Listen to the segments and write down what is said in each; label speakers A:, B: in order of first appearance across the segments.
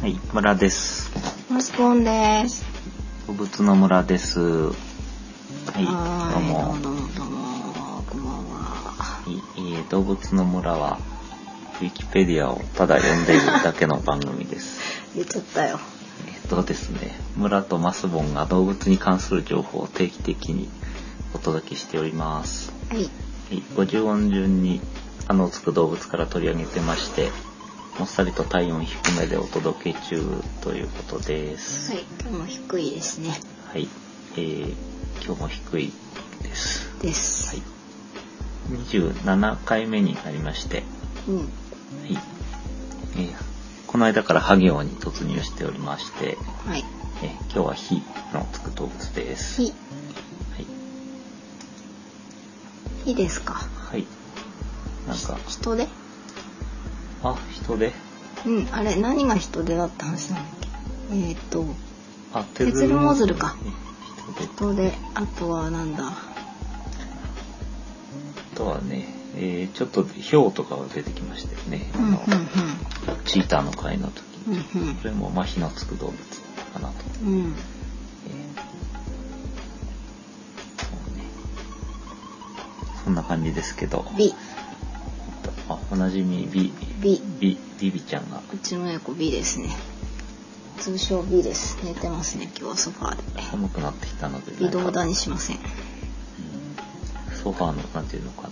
A: はい、村です。
B: マスボンです。
A: 動物の村です。は、
B: はいー
A: どうも。
B: どうもどうも、こんばんは。
A: いいえ動物の村は、ウィキペディアをただ読んでいるだけの番組です。
B: 言っちゃったよ。
A: えっとですね、村とマスボンが動物に関する情報を定期的にお届けしております。
B: はい。
A: はい、50音順に、あのつく動物から取り上げてまして、もっさりと体温低めでお届け中ということです。
B: はい、今日も低いですね。
A: はい、えー、今日も低いです。
B: です。
A: はい、27回目になりまして、
B: うん。
A: はいえーこの間からハ行に突入しておりまして、
B: はい。
A: えー今日は火のつく動物です。
B: 火、
A: はい。
B: 火ですか。
A: はい。なんか、
B: 人で
A: あ、人で、
B: うん、あれ、何が人でだった話なんだっけえーっと、
A: あ、
B: 鉄ルモズルか
A: 人で、
B: 人で、あとはなんだ。
A: あとはね、えーちょっとヒョウとかが出てきましたよね。
B: うん、うん、うん。
A: あの、チーターの会の時。
B: うん、
A: これも、まあ、火のつく動物かなと。
B: うん。うん。
A: そうねそんな感じですけど、
B: 美。
A: あおなじみビ
B: 美。
A: ビビビちゃんが
B: うちの猫 B ですね。通称 B です。寝てますね、今日はソファーで。
A: 寒くなってきたので、
B: 微動だ
A: なんか
B: にしません。
A: うんソファーのなんていうのかな、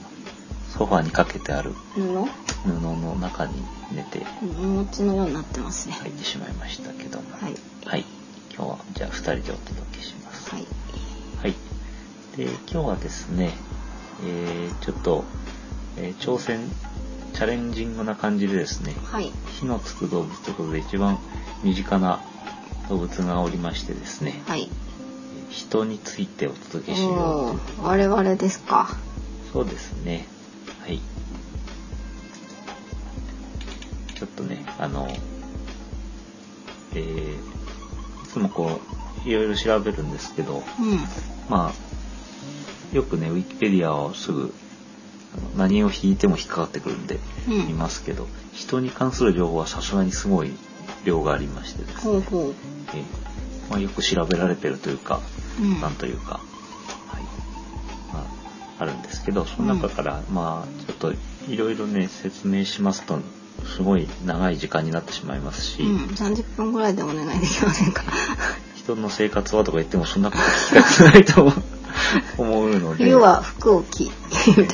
A: ソファーにかけてある
B: 布
A: 布の中に寝て
B: お餅のようになってますね。
A: 入ってしまいましたけども、
B: はい。
A: はい、今日はじゃあ二人でお届けします。
B: はい。
A: はい。で、今日はですね、えーちょっと、えー挑戦、チャレンジングな感じでですね、
B: はい。
A: 火のつく動物ということで一番身近な動物がおりましてですね、
B: はい。
A: 人についてお届けしよ
B: お
A: う
B: ー我々ですか。
A: と。そうですね。はい。ちょっとね、あの、えーいつもこう、いろいろ調べるんですけど、
B: う
A: まあ、よくね、ウィキペディアをすぐ、あの何を引いても引っかかってくるんで、
B: ん。う
A: 見
B: ん。
A: ますけど、人に関する情報はさすがにすごい量がありましてです
B: ほう
A: ね、
B: ほう。
A: えまあ、よく調べられてるというか、
B: うん。
A: なんというか、はい、まあ、あるんですけど、その中から、まあ、ちょっといろいろね、説明しますと、すごい長い時間になってしまいますし、
B: うん。三十分ぐらいでお願いできませんか。
A: 人の生活はとか言ってもそんなこと聞きたくない と思う思うので。
B: 冬は服を着。 みたいな。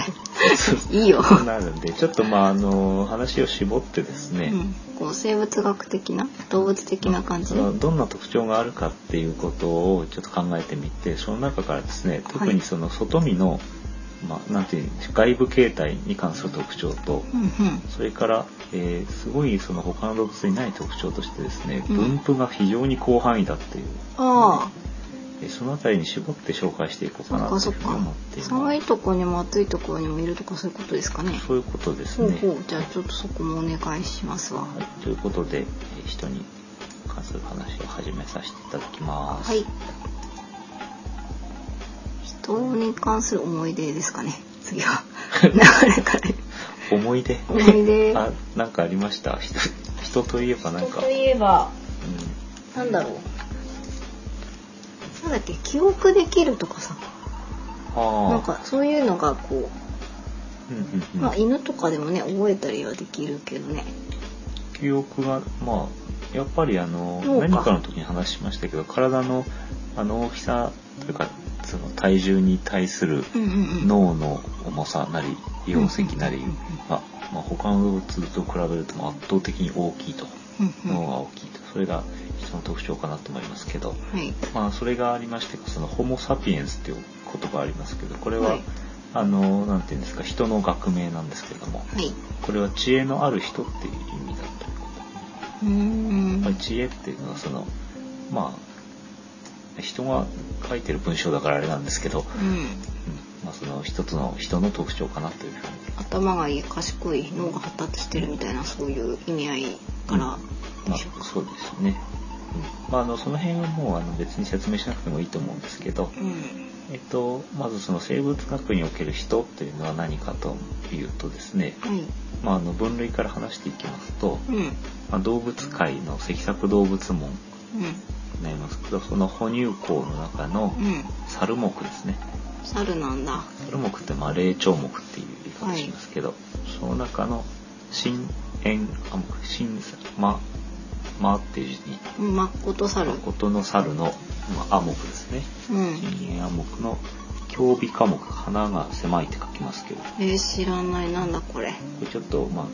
B: いいよ。
A: そうなるんで、ちょっとまあ、あの、話を絞ってです
B: う
A: ね、
B: ん。こう生物学的な動物的な感じ。
A: そのどんな特徴があるかっていうことをちょっと考えてみて、その中からですね、特にその外見の、まあ、なんていう外部形態に関する特徴と、
B: うんうん。
A: それから、えーすごいその他の動物にない特徴としてですね、
B: うん
A: 分布が非常に広範囲だっていう、
B: ああ。
A: えーそのあたりに絞って紹介していこう
B: そ
A: かなと
B: っ
A: い
B: か
A: う
B: そっ
A: ふうに
B: か
A: 思ってい。ます。
B: 寒いとこにも暑いとこにもいるとかそういうことですかね。
A: そういうことです
B: ほう
A: ね。
B: ほう。じゃあちょっとそこもお願いしますわ。
A: はい、ということで、えー人に関する話を始めさせていただきます。
B: はい。人に関する思い出ですかね。次は。流れから。
A: 思い出。
B: 思い出。
A: あ、なんかありました。人人といえばなん
B: 人
A: か。
B: といえば、
A: う
B: なんだろう。なんだっけ、記憶できるとかさ。
A: ん、ああ。
B: なんかそういうのがこ
A: うんうん
B: う、
A: うん、
B: まあ犬とかでもね、覚えたりはできるけどね。
A: 記憶が、まあ、やっぱりあの、
B: そうか
A: 何かの時に話しましたけど、体の、あの大きさというか、その体重に対する
B: うんうんうん。
A: 脳の重さなり、容積なり
B: うんうんうん
A: が、まあ、他の動物と比べると圧倒的に大きいと。
B: うんうん
A: 脳が大きいと。それが人の特徴かなと思いますけど。
B: はい。
A: まあ、それがありましてそのホモ・サピエンスっていう言葉ありますけどこれは、
B: はい
A: あのなんていうんですか人の学名なんですけども
B: はい。
A: これは知恵のある人っていう意味だということで、
B: うーん。
A: や
B: は
A: っぱり
B: い。
A: 知恵っていうのはそのまあ人が書いてる文章だからあれなんですけど、うん
B: うん。
A: まあ、その一つの人の特徴かなというふうに
B: 頭がいい賢い脳が発達してるみたいなそういう意味合いから
A: ま
B: で
A: あ
B: しょうか、
A: そうですね。まあ、あのその辺はもうあの別に説明しなくてもいいと思うんですけど、
B: うん
A: えっと、まずその生物学における人というのは何かというとですね、
B: はい
A: まあ、あの分類から話していきますと、
B: うんうん
A: まあ、動物界の脊索動物門になりますけどその哺乳綱の中の
B: うん
A: サル目ですね
B: 猿なんだ
A: サル目ってまあ霊長目っていう言い方しますけど、その中の新縁あ新ままっていう字に
B: うんまっこと猿
A: ことの猿の、まあ、ア目ですね
B: うん
A: 新縁ア目の強美科目花が狭いって書きますけど
B: えー、知らないなんだこれ
A: これちょっとまあ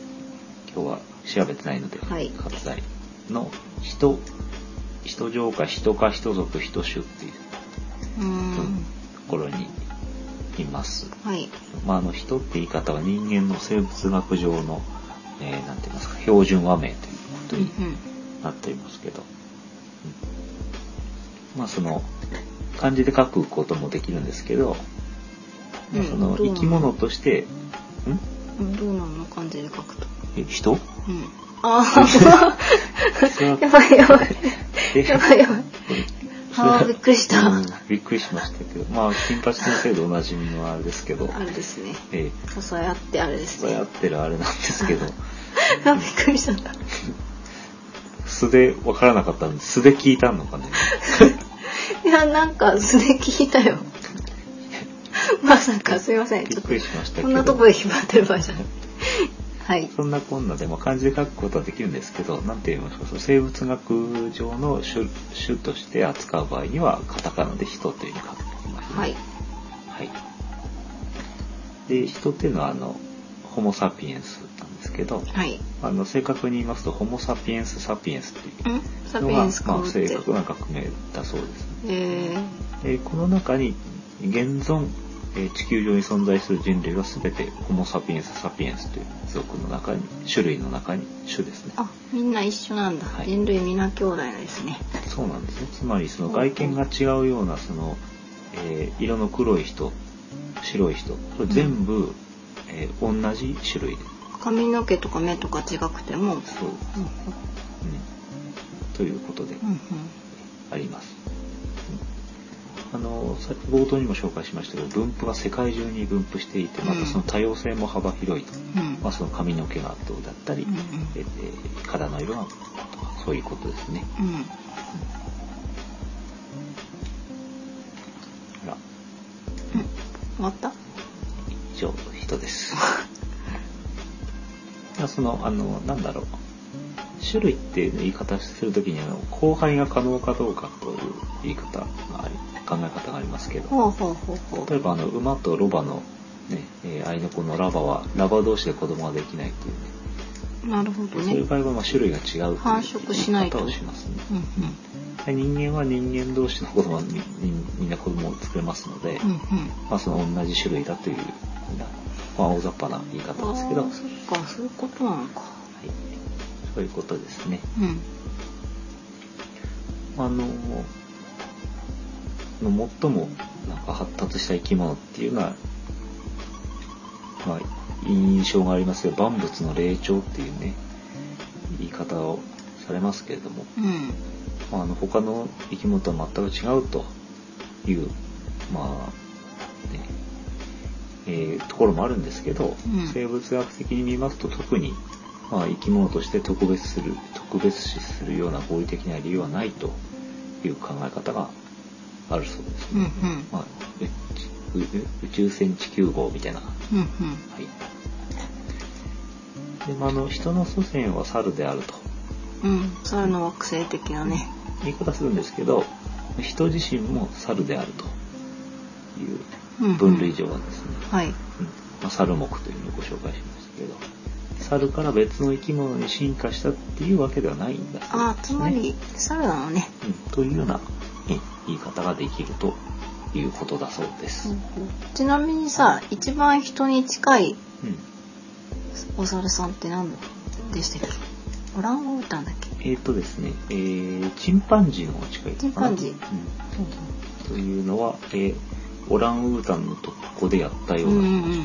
A: 今日は調べてないので、
B: はい
A: 割愛の人人上か人か人族人種っていう
B: うーん
A: ところにいます、
B: はい
A: まあ、あの人って言い方は人間の生物学上の、えーなんて言いますか標準和名ということ
B: う
A: に
B: ん
A: なっていますけど、うんまあその漢字で書くこともできるんですけど、まあそ
B: うん
A: の
B: どう
A: 生き物として、ん
B: うんどうなの漢字で書くと
A: え人
B: うんああ やばいやばい
A: え
B: やばいやばい
A: それ
B: あ
A: は
B: あびっくりした、
A: うんびっくりしましたけど、まあ、金八先生でおなじみのあれですけど、
B: あれですね
A: ええ、
B: 支え合ってあれです
A: これ
B: ね
A: 合ってるあれなんですけど、
B: あびっくりしちゃった
A: 素で分からなかったので、素で聞いたのか ね。
B: いやなんか素で聞いたよまさかすいません
A: び
B: ちょ
A: っ
B: っ
A: くりしましたけ
B: と
A: ど。
B: こんなとこで決まってる場合じゃないはい
A: そんなこんなで、まあ、漢字で書くことはできるんですけど、なんて言いますか、その生物学上の種種として扱う場合には、カタカナで人というふうに書きますね、
B: はい
A: はい。で、人っていうのは、あの、ホモ・サピエンスなんですけど、
B: はい
A: あの正確に言いますと、ホモ・サピエンス・サピエンスという
B: うんサ
A: の
B: ピエ
A: が
B: ンス、か
A: ま
B: ぶ
A: あ、
B: っ
A: 正
B: て
A: 確な革命だそうです、ね
B: えー、
A: えーこの中に現存、えー地球上に存在する人類は全てホモ・サピエンス・サピエンスという属の中に種類の中に種ですね。
B: あみんな一緒なんだ、
A: はい
B: 人類皆兄弟なんですね
A: そうなんですね。つまりその外見が違うようなその、えー色の黒い人白い人それ全部、えー同じ種類で
B: 髪の毛とか目とか違くて
A: そう、う
B: も
A: ん、
B: うん
A: ということで。
B: うん
A: あります。あのさ冒頭にも紹介しましたけど分布は世界中に分布していてまたその多様性も幅広いと、
B: うんうん
A: まあ、その髪の毛がどうだったり、
B: うん
A: えー肌の色がとかそういうことですね。
B: うんうん
A: あら
B: 終わった
A: 以上人 です。まあそのあのなんだろう種類っていう言い方するときにあの交配が可能かどうかという言い方があり考え方がありますけど
B: ほうほうほうほ
A: 例えばあの馬とロバの、ねえー合いの子のラバはラバ同士で子供ができないっていうね
B: うなるほど
A: そう
B: ね
A: いう場合はまあ種類が違うという
B: 繁殖しないと
A: 言方をしますね
B: うんうん
A: で人間は人間同士の子供はみみみんな子供を作れますので、
B: うんうん
A: まあ、その同じ種類だというような、まあ、大雑把な言い
B: あ
A: 方ですけど、は
B: ー
A: い、
B: そっかそういうことなのか
A: そういうことですね
B: うん
A: あのの最もなんか発達した生き物っていうのは、まあ、いい印象がありますよ万物の霊長っていうね言い方をされますけれども、
B: うん
A: まあ、あの他の生き物とは全く違うという、まあねえーところもあるんですけど、
B: うん
A: 生物学的に見ますと特に、まあ、生き物として特別する特別視するような合理的な理由はないという考え方があるそうです
B: うんう
A: ね。
B: ん
A: まあ、うちう宇宙船地球号みたいな
B: うんうん
A: はい。で、まあ、あの、人の祖先は猿であると。
B: うん、猿の惑星的なね。
A: 言い方するんですけど、人自身も猿であるという
B: うん
A: 分類上はですね、
B: はい。
A: うんまあ、猿目というのをご紹介しましたけど、猿から別の生き物に進化したっていうわけではないんだそう
B: ああ、
A: です
B: つ
A: ね
B: まり、猿なのね。
A: うん、というようなえ言い方ができるということだそうです。うん
B: ちなみにさ、一番人に近いお猿さんって何でしたっけオランウータンだっけ
A: えっ、とですね、えーチンパンジーの方が近いかな
B: チンパンジー
A: うん
B: そ
A: と
B: う
A: いうのは、えーオランウータンのとこでやったよ
B: う
A: うな、う
B: ん
A: ん
B: うんう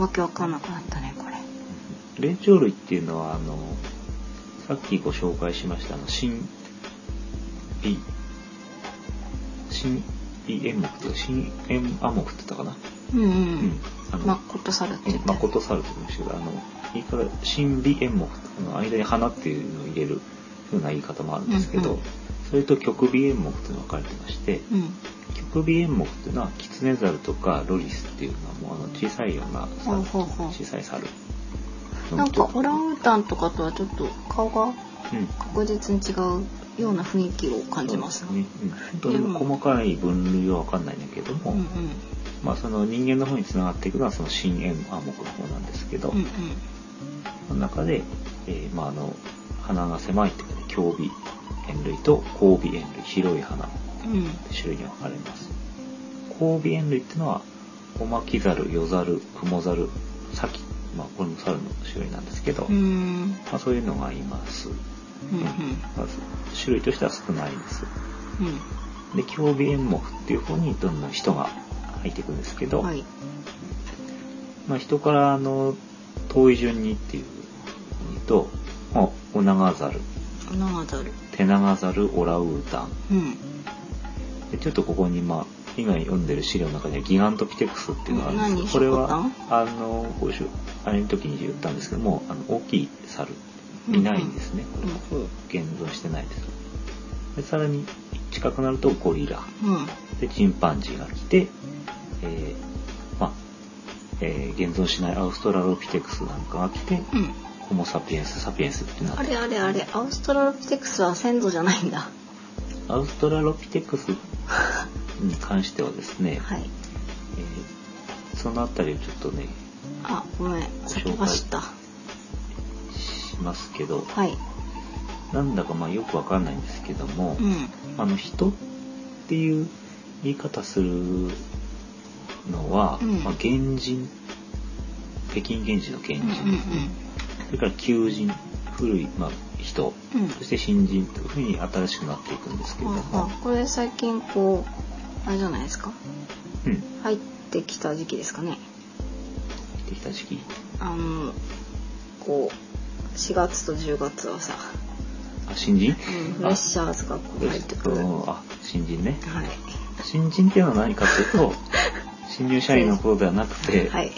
B: ん。わけわかんなくなったね、これ。
A: 霊長類っていうのはあのさっきご紹介しましたあの、新 B、新 B 演目っていうか、新演暗黙って言ったかな。
B: うんう。
A: うんあの、
B: マッコットサルって
A: え
B: 言って。
A: 誠さると言いましたけど、あの、言い方、神美演目、あの間に花っていうのを入れるふうな言い方もあるんですけど、
B: うんうん
A: それと曲美演目というのが分かれてまして、
B: うん。
A: 曲美演目というのは、キツネザルとかロリスっていうのは、もうあの小さいような
B: ほう
A: 猿、
B: ほうほ
A: 小さい猿。
B: う。なんか、オラ
A: うん、
B: ンウータンとかとはちょっと顔が確実に違うような雰囲気を感じま
A: そ
B: す
A: うで
B: ね。
A: ね。うん、どれも細かい分類は分かんないんだけど
B: う
A: も、
B: んうん。
A: まあその人間の方に繋がっていくのは、その神演暗黙の方なんですけど、
B: うんうん。
A: の中で、えーまあ、あの花が狭いというかね胸尾円類と交尾円類広い花
B: うん。
A: 種類に分かれます交尾円類っていうのはオマキザルヨザルクモザルサキ、まあ、これも猿の種類なんですけど、
B: う
A: ま
B: ん。
A: あ、そういうのがいます、
B: うん
A: うんまあ種類としては少ないです
B: うん。
A: で胸尾演目っていう方にどんどん人が入っていくんですけ
B: う
A: ど、
B: ん。はい。
A: まあ、人からあの遠い順にっていうのと、まあ、オナガザル
B: ナガザル。
A: テナガザルオランウータン
B: うん。
A: でちょっとここにまあ今読んでる資料の中にはギガントピテクスっていうのがあるんですけどこれ
B: うん何
A: はあのご一緒あれの時に言ったんですけどもあの大きい猿
B: うん
A: いないんですね、
B: うん
A: これは現存してないですでさらに近くなるとゴリラ
B: うん。
A: でチンパンジーが来て、えーまあえー現存しないアウストラロピテクスなんかが来て
B: うん。
A: ホモ・サピエンスサピエンスってなって
B: あれあれあれ、アウストラロピテクスは先祖じゃないんだ。
A: アウストラロピテクスに関してはですね、
B: はい。
A: えーそのあたりをちょっとね
B: あ、ごめん。先走った。
A: しますけど
B: はい。
A: なんだかまあよくわかんないんですけども、
B: うん。
A: あの人っていう言い方するのは、
B: うん
A: まあ、原人北京原人の原
B: うんうん
A: 人、それから旧人古い、まあ、人
B: うん。うん。
A: そして新人というふうに新しくなっていくんですけれど
B: あ
A: も、
B: あこれ最近こうあれじゃないですか
A: うん、
B: 入ってきた時期ですかね
A: 生きてきた時期
B: あのこう4月と10月はさ、
A: あ新人
B: うん、フレッシャーズがこう入ってくるは
A: ああ新人ね
B: い
A: 新人っていうのは何かっていう と新入社員のことではなくて、
B: はい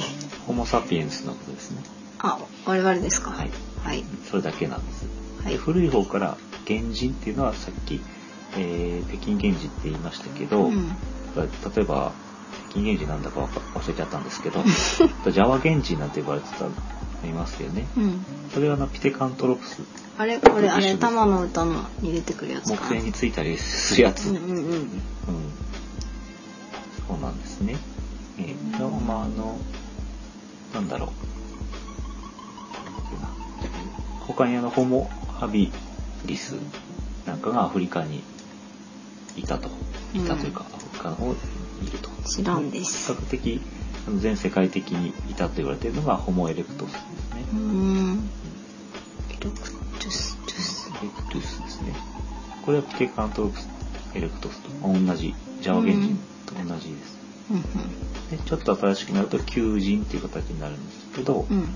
A: ホモ・サピエンスのことですね
B: あ我々ですか
A: はい
B: はい
A: それだけなんです、
B: は
A: で
B: い
A: 古い方から原人っていうのはさっき、えー北京原人って言いましたけど、
B: うん
A: 例えば北京原人なんだかわか忘れちゃったんですけどジャワ原人なんて呼ばれてたのいますよね
B: うん
A: それはあのピテカントロプス
B: あれこれあ
A: 一緒で
B: れ
A: す
B: 玉の歌のに出てくるやつ
A: 木
B: か
A: 星
B: な
A: についたりするやつ、
B: うんうんうん
A: うん、そうなんですね。えー、だからまああの、なんだろう。他にあの、ホモ・ハビリスなんかがアフリカにいたと。いたというか、アフリカの方にいると。
B: 知らんです
A: 比較的、あの全世界的にいたと言われているのがホモ・エレクトスですね
B: う。んピロクトゥストゥス
A: エレクトゥスですね。これはピテカントロプス、エレクトスと同じ、ジャワ原人と同じです。
B: うん
A: でちょっと新しくなると求人っていう形になるんですけど、
B: うんうん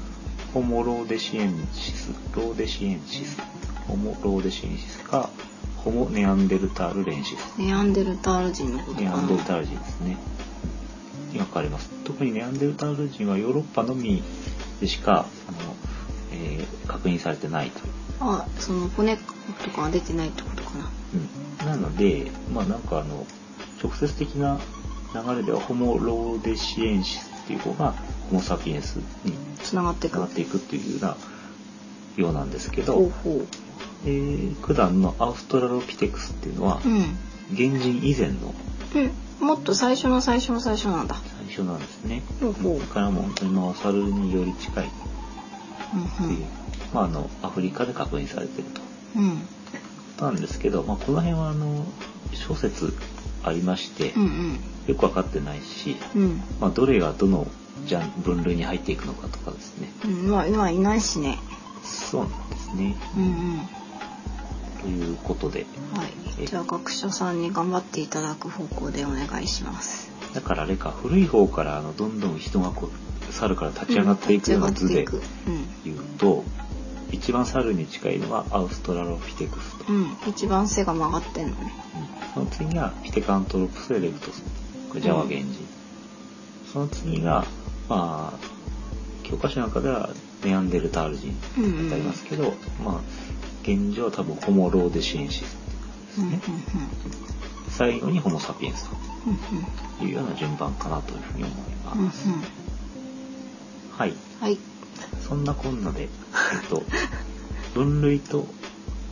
A: ホモローデシエンシスローデシエンシスホモローデシエンシスかホモネアンデルタールレンシス
B: ネアンデルタール人のことか
A: ネ
B: な
A: アンデルタール人ですねに分かれます特にネアンデルタール人はヨーロッパのみでしかあの、えー確認されてないと、
B: あ、その骨とかは出てないってことかな。
A: うん、なのでまあなんかあの直接的な流れではホモローデシエンシスっていう方がホモ・サピエンスに
B: つながっていく。
A: 上がっていくというようなようなんですけ
B: ほう
A: ど、
B: ほう。
A: えー、九段のアウストラロピテクスっていうのは
B: うん。
A: 原人以前の
B: うん。もっと最初の最初の最初なんだ。
A: 最初なんですね。
B: ほうほう
A: だからもう本当にまあ猿により近いっ
B: う
A: て
B: ん
A: いう、まああのアフリカで確認されてると。
B: うん。うん。
A: なんですけど、まあこの辺はあの諸説ありまして、
B: うん
A: よく分かってないし、
B: うん。うん。
A: まあどれがどのジャン分類に入っていくのかとかですね。
B: うん、まあ今いないしね。
A: そうなんですね。
B: うんうん。
A: ということで。
B: はい。じゃあ学者さんに頑張っていただく方向でお願いします。
A: だからあれか古い方からあのどんどん人がこう猿から立ち上がっていくような図で
B: うん。
A: 言うと、一番猿に近いのはアウストラロピテクスと、
B: うん。一番背が曲がってんのね。
A: その次がピテカントロプス・エレクトスこれジャワ原人、その次がまあ教科書なんかではネアンデルタール人って
B: うん
A: あ
B: うん。
A: りますけど、まあ現状は多分ホモ・ローデシエンシス
B: うんうんうん。
A: 最後にホモ・サピエンス
B: うん
A: というような順番かなというふうに思います、
B: うん。うんうん。
A: はい
B: はい。
A: そんなこんな で、えっと、分類と、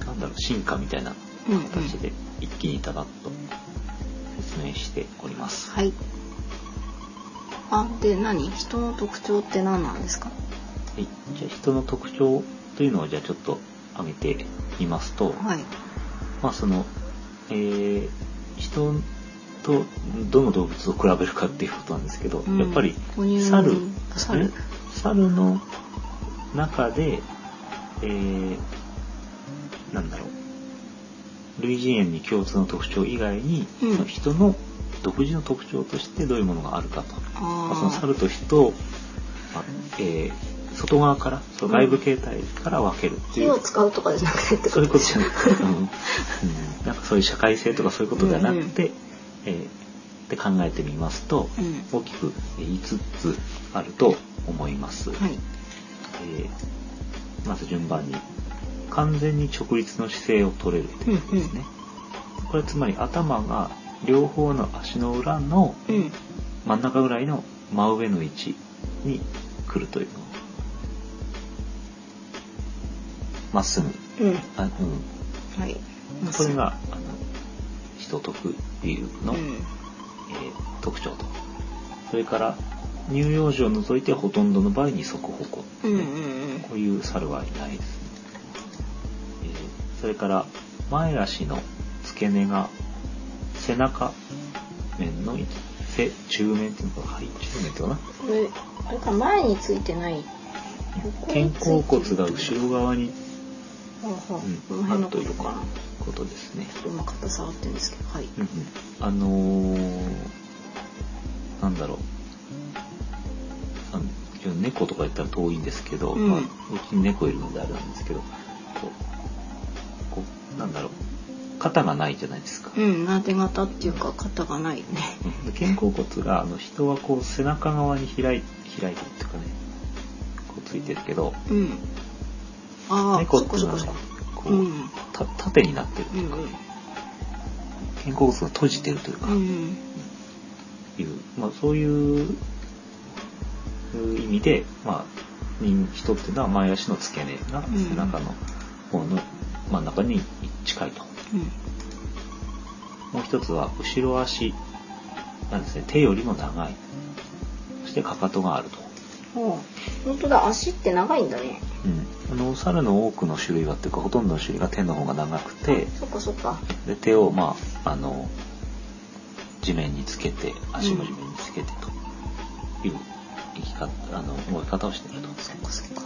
A: なんだろう、進化みたいな
B: うんうん。
A: 形で、一気にダダッと説明しております。
B: はい。あ、で、何人の特徴って何なんですか
A: はい。じゃあ、人の特徴というのを、じゃあちょっと挙げてみますと、
B: はい。
A: まあ、その、えー、人と、どの動物を比べるかっていうことなんですけど、
B: うん
A: やっぱり、
B: 哺乳
A: 猿
B: 猿
A: ね猿の中で、えー、なんだろう類人猿に共通の特徴以外に、
B: うん
A: その人の独自の特徴としてどういうものがあるかと、まあその
B: あ
A: 猿と人を、まあえー外側からその外部形態から分ける
B: あ。
A: ってい
B: 火
A: う、
B: を使うとかじゃなくてって
A: そういうことじゃ
B: な
A: ないく て、うんうんなんかそういう社会性とかそういうことではなくて、えーって考えてみますと、
B: うん。
A: 大きく5つあると思います、
B: はい。
A: えーまず順番に完全に直立の姿勢を取れるということですね、これはつまり頭が両方の足の裏の
B: うん。
A: 真ん中ぐらいの真上の位置に来るというまっすぐ
B: うん。
A: あ、うん、
B: はい。
A: これがあの人特有の、
B: うん。
A: えー特徴とそれから乳幼児を除いてほとんどの場合二足歩行、
B: うんうんうん。
A: こういう猿はいないです、ねえーそれから前足の付け根が背中面の位置背中面っていうのかなはい中面っていうのか
B: これ、あれか、前についてない。
A: な肩甲骨が後ろ側に、
B: ろ。はあはあ
A: うん
B: この
A: ある
B: 辺の
A: と
B: こ
A: いう
B: とかな。
A: ことですね、
B: ちょっと今肩触ってるんですけど、はい。
A: うんうん、あのー、なんだろうあのちょっと猫とか言ったら遠いんですけど、
B: うん
A: まあ、うちに猫いるのであれなんですけどこうこうなんだろう肩がないじゃないですか、
B: うん、なで型っていうか肩がないね。
A: うんで肩甲骨があの人はこう背中側に開い開いてるっていうかねこうついてるけど
B: うん。ああ、
A: 猫
B: そ
A: って
B: こ
A: いうのは
B: そこそ
A: ね
B: こ。
A: こ
B: う
A: う、
B: ん。
A: た縦になってると
B: う
A: い
B: ん
A: うか、
B: うん。
A: 肩甲骨が閉じてるというか、
B: うん。
A: いう、まあ、そういういう意味で、まあ、人人っていうのは前足の付け根が
B: うん
A: 背中の方の真ん中に近いと。
B: うん。
A: もう一つは後ろ足なんですね。手よりも長い。そしてかかとがあると。
B: ほう。本当だ、足って長いんだね。
A: うん、あの猿の多くの種類はっていうかほとんどの種類が手の方が長くて
B: そっかそっか。
A: で手をまああの地面につけて足も地面につけてという生き方、あの動き方をしていると。
B: そっかそっか。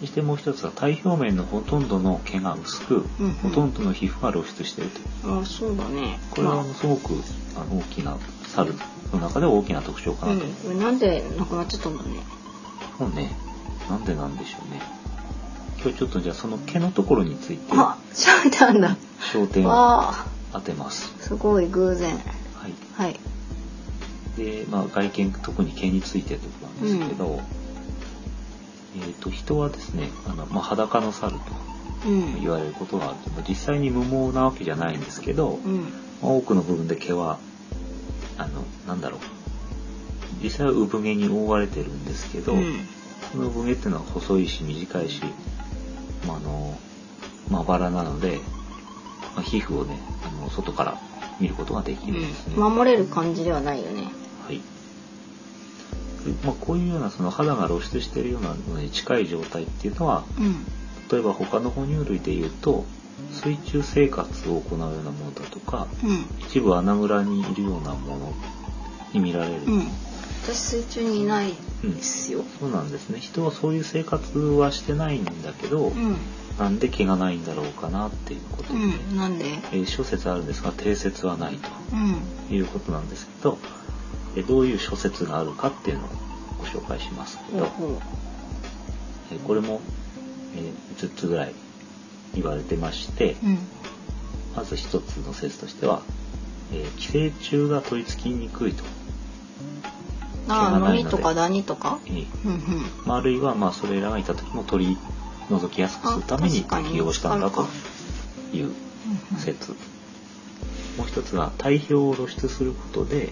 A: そしてもう一つは体表面のほとんどの毛が薄く、
B: うんうん
A: ほとんどの皮膚が露出しているという
B: ああ、そうだね。
A: これ
B: ま
A: は
B: あ
A: すごくあの大きな猿の中で大きな特徴かな
B: う
A: と
B: ん。
A: 思う、
B: これなんでなくなっちゃったんだね。
A: そうねなんでなんでしょうね今日ちょっとじゃあその毛のところについて
B: あ、調べたんだ。
A: 焦点を
B: わあ、
A: 当てます、
B: すごい偶然。
A: はい
B: はい。
A: でまあ、外見特に毛についてということなんですけど、えー、と人はですねあの、まあ、裸の猿と
B: う
A: 言
B: ん。
A: われることがあるとまあ実際に無毛なわけじゃないんですけど、
B: うん。
A: まあ多くの部分で毛はあのなんだろう実際は産毛に覆われてるんですけど、
B: うん。
A: その産毛っていうのは細いし短いし、まあ、あのまばらなので、まあ、皮膚をねあの外から見ることができるんですね。
B: うん守れる感じではないよね。
A: はいまあ、こういうようなその肌が露出しているようなのに近い状態っていうのは
B: うん。
A: 例えば他の哺乳類でいうと水中生活を行うようなものだとか
B: うん。
A: 一部穴蔵にいるようなものに見られる、
B: うん。私水中にいない
A: うん
B: ですよ。
A: そうなんですね人はそういう生活はしてないんだけど、
B: うん。
A: なんで毛がないんだろうかなっていうこと
B: う
A: で、
B: ん。なんで？
A: えー諸説あるんですが定説はない
B: うん。
A: ということなんですけど、えーどういう諸説があるかっていうのをご紹介しますけ
B: ほう
A: ど、
B: ほう。
A: えーこれも、ええー6つぐらい言われてまして、
B: うん
A: まず一つの説としては、えー寄生虫が取り付きにくいと、毛
B: あ
A: が
B: あノ
A: ない
B: ミ
A: ので
B: とかダニとか
A: えー
B: うんうん
A: まあ、あるいはまあそれらがいた時も取り除きやすくするため
B: あ
A: に
B: 確かに
A: 起用したんだと
B: ある
A: いう
B: うんうん
A: 説もう一つが体表を露出することで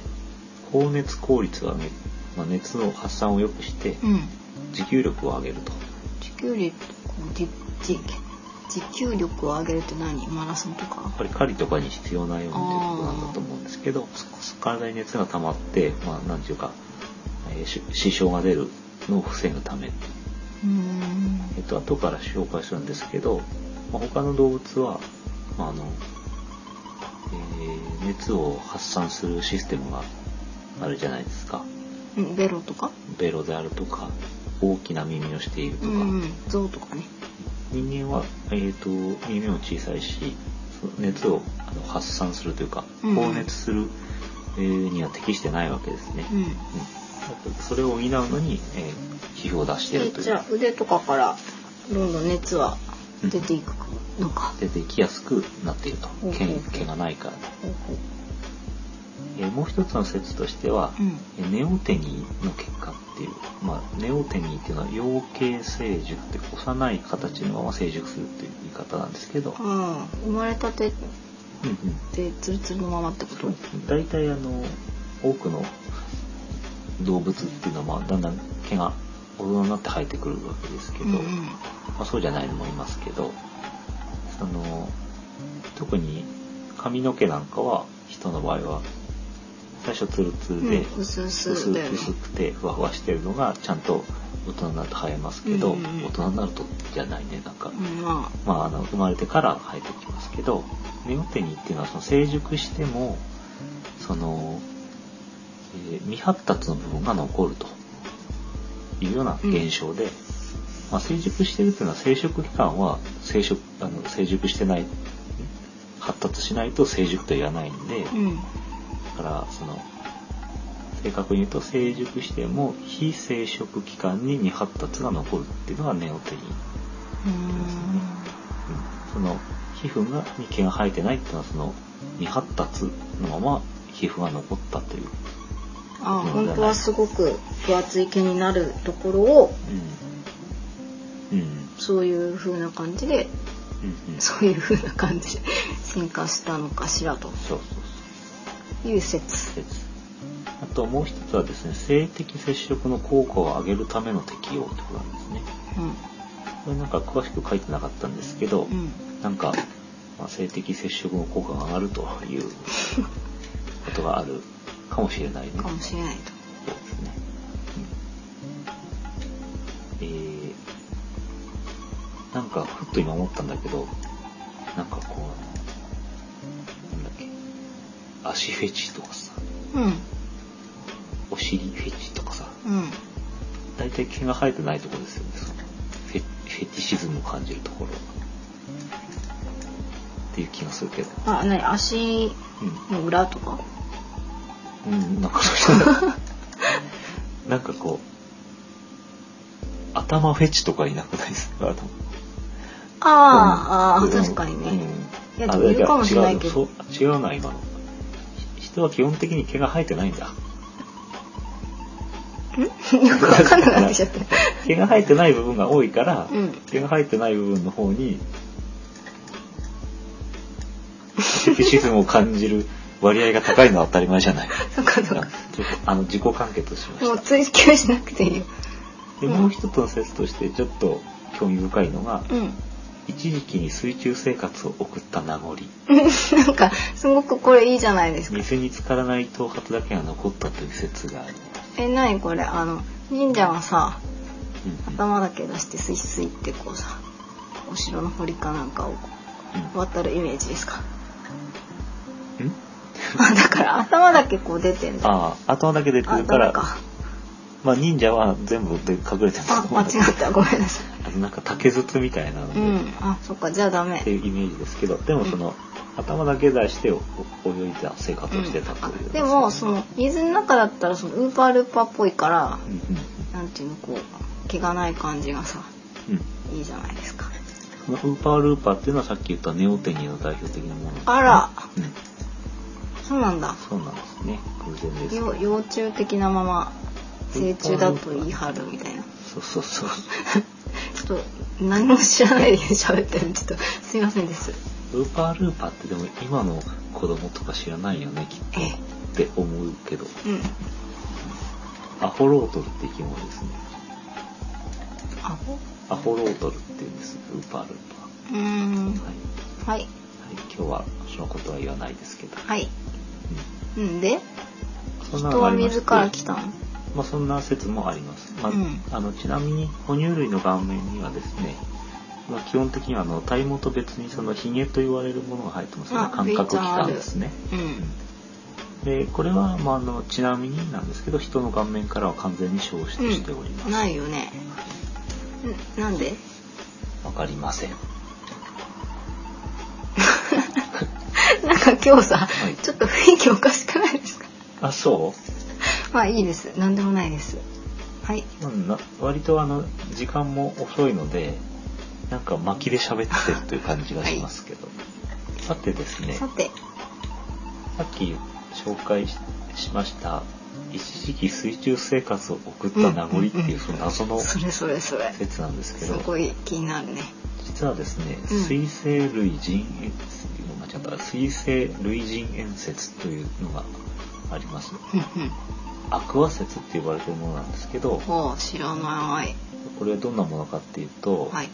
A: 放熱効率を上げ、まあ、熱の発散を良くして
B: うん
A: 持久力を上げると
B: 持久力じじ持久力を上げるって何マラソンとか
A: やっぱり狩りとかに必要なようにということなんだと思うんですけど体に熱が溜まってまあ何ていうか、えーし支障が出るのを防ぐため
B: うーん
A: えっと、後から紹介するんですけど、まあ、他の動物は、まああのえー熱を発散するシステムがあるじゃないですか
B: うんベロとか
A: ベロであるとか大きな耳をしていると
B: う
A: か、
B: んうん象とかね
A: 人間は、えー、と耳も小さいしその熱をあの発散するというか
B: うん
A: 放熱する、えーには適してないわけですね、
B: うん
A: うんそれを補うのに、えー皮膚を出してい
B: え
A: るという
B: じゃあ腕とかからどんどん熱は出ていくのか、
A: 出ていきやすくなっていると
B: うん
A: 毛
B: うん
A: 毛がないからねえーもう一つの説としては、
B: うん
A: えーネオテニーの結果っていう、まあ、ネオテニーっていうのは幼形成熟って幼い形のまま成熟するっていう言い方なんですけど、
B: ああ生まれたてっ
A: うんうん
B: てツルツルのままってこと
A: 大体あの多くの動物っていうのはまあだんだん毛が大人になって生えてくるわけですけど、
B: うんうん
A: まあ、そうじゃないのもいますけどその特に髪の毛なんかは人の場合は最初ツルツルで、
B: うん、薄
A: 薄
B: 々だよね
A: 薄くてふわふわしてるのがちゃんと大人になると生えますけど、
B: うんうんうん
A: 大人になるとじゃないねなんか、
B: うんま
A: まあ、あの生まれてから生えてきますけどネオテニーっていうのはその成熟してもその、えー未発達の部分が残るというような現象で、まあ、成熟してるっていうのは生殖期間は成熟あの成熟してないん発達しないと成熟とは言わないんで。
B: あうん
A: だからその正確に言うと成熟しても非生殖期間に未発達が残るっていうのがネオテニー、
B: うーん
A: うんその皮膚がに毛が生えてないっていうのはその未発達のまま皮膚が残ったという、
B: あ本当はすごく分厚い毛になるところを
A: うんうん
B: そういう風な感じで
A: うんうん、そう
B: そういう風な感じで進化したのかしらと
A: そうそう
B: いう説
A: ですあともう一つはですね性的接触の効果を上げるための適用ってことなんですねこれなんか詳しく書いてなかったんですけど、
B: うんうん
A: なんか、まあ、性的接触の効果が上がるということがあるかもしれないね。
B: かもしれない
A: そうですね。うん、えー、なんか、ふっと今思ったんだけど、なんかこう、なんだっけ、足フェチとかさ、
B: とうん
A: お尻フェチとかさ、
B: うん
A: 大体毛が生えてないところですよね。そのフェフェティシズムを感じるところ。っていう気がするけど。
B: あ何足
A: うん。
B: の裏とか
A: うん、なんかそういうのなんかこう、頭フェチとかいなくないですかあの
B: ああ、
A: う
B: あ
A: ん
B: あ確かにね、
A: うん
B: いや
A: あ
B: でもいるかもしれないけ
A: 違う
B: ど
A: そう違うな、今の。ひ人は基本的に毛が生えてないんだ。
B: ん よくわかんなくなってきちゃった
A: 毛が生えてない部分が多いから、
B: うん
A: 毛が生えてない部分の方に、セクシズムを感じる割合が高いのは当たり前じゃない。
B: そっか そっか
A: ちょっとあの、自己完結しました
B: もう。追求しなくていいよ
A: でもう一つの説としてちょっと興味深いのが、
B: うん
A: 一時期に水中生活を送った名残
B: なんかすごくこれいいじゃないですか
A: 水に浸からない頭髪だけが残ったという説がある、
B: え何これあの忍者がさ
A: うん
B: 頭だけ出してスイスイってこうさお城の堀かなんかを
A: う
B: 渡るイメージですか
A: ん、うん、
B: だから頭だけこう出てんだ
A: ああ頭だけ出て
B: あ
A: るから
B: 頭か
A: まあ、忍者は全部で隠れてます
B: あ間違ったごめんなさい
A: あのなんか竹筒みたいなの
B: う
A: で、
B: んあそっかじゃあダメ
A: っていうイメージですけどでもその、頭だけ出してお泳いだ生活をしてたという、
B: うんあでもその水の中だったらそのウーパールーパーっぽいから
A: うんうん
B: なんていうのこう毛がない感じがさ
A: うん
B: いいじゃないですか。
A: このウーパールーパーっていうのはさっき言ったネオテニーの代表的なものですね、
B: あら
A: うん、
B: そうなんだ。
A: そうなんですね偶然です
B: よ幼虫的なまま成虫だと言い張るみたいな。
A: そうそうそう
B: ちょっと何も知らないで喋ってるんでちょっとすいませんです。
A: ウーパールーパーってでも今の子供とか知らないよねきっ
B: ええ、
A: とって思うけど
B: うん。
A: アホロートルって生き物ですね
B: アホ。
A: アホロートルって言うんですウーパールー
B: うーん
A: パー。はい、はい、
B: はい
A: 今日はそのことは言わないですけど、
B: はい。
A: う
B: うんで
A: ん、そんなの
B: 人
A: があ
B: は
A: りまして
B: 水から来たの。
A: まあ、そんな説もあります、まあ
B: うん
A: あのちなみに哺乳類の顔面にはですね、まあ、基本的にはあの体毛と別にそのヒゲと言われるものが生えてます
B: あ
A: が感覚器官ですね
B: うん。
A: でこれは、まあ、あのちなみになんですけど人の顔面からは完全に消失しておりますわ、
B: ないよね。んなんで？
A: かりません
B: なんか今日さ、
A: い
B: ちょっと雰囲気おかしくないですか？
A: あそ
B: まあいいです。なんでもないです。はい。
A: ううんな割とあの時間も遅いのでなんか巻きで喋ってるという感じがしますけど、さてですね
B: さて、
A: さっき紹介ししました一時期水中生活を送った名残って
B: うんうん
A: いううんその謎の
B: それそれそれ。
A: 説なんですけ
B: す
A: ど
B: ごい気になるね。
A: 実はですね
B: うん
A: 水生類人猿間違った水生類人猿説というのがあります
B: うんうん。
A: アクア説って呼ばれてるものなんですけど
B: ほう知らない。
A: これはどんなものかっていうと、
B: はい。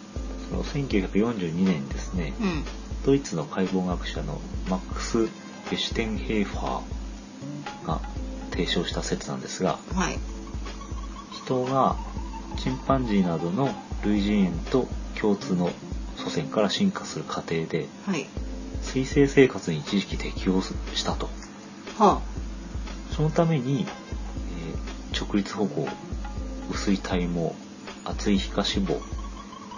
A: その1942年にですね
B: うん。
A: ドイツの解剖学者のマックス・ゲシュテンヘーファーが提唱した説なんですが
B: はい。
A: 人がチンパンジーなどの類人猿と共通の祖先から進化する過程で
B: はい。
A: 水生生活に一時期適応したと
B: は
A: そのために、えー直立歩行薄い体毛厚い皮下脂肪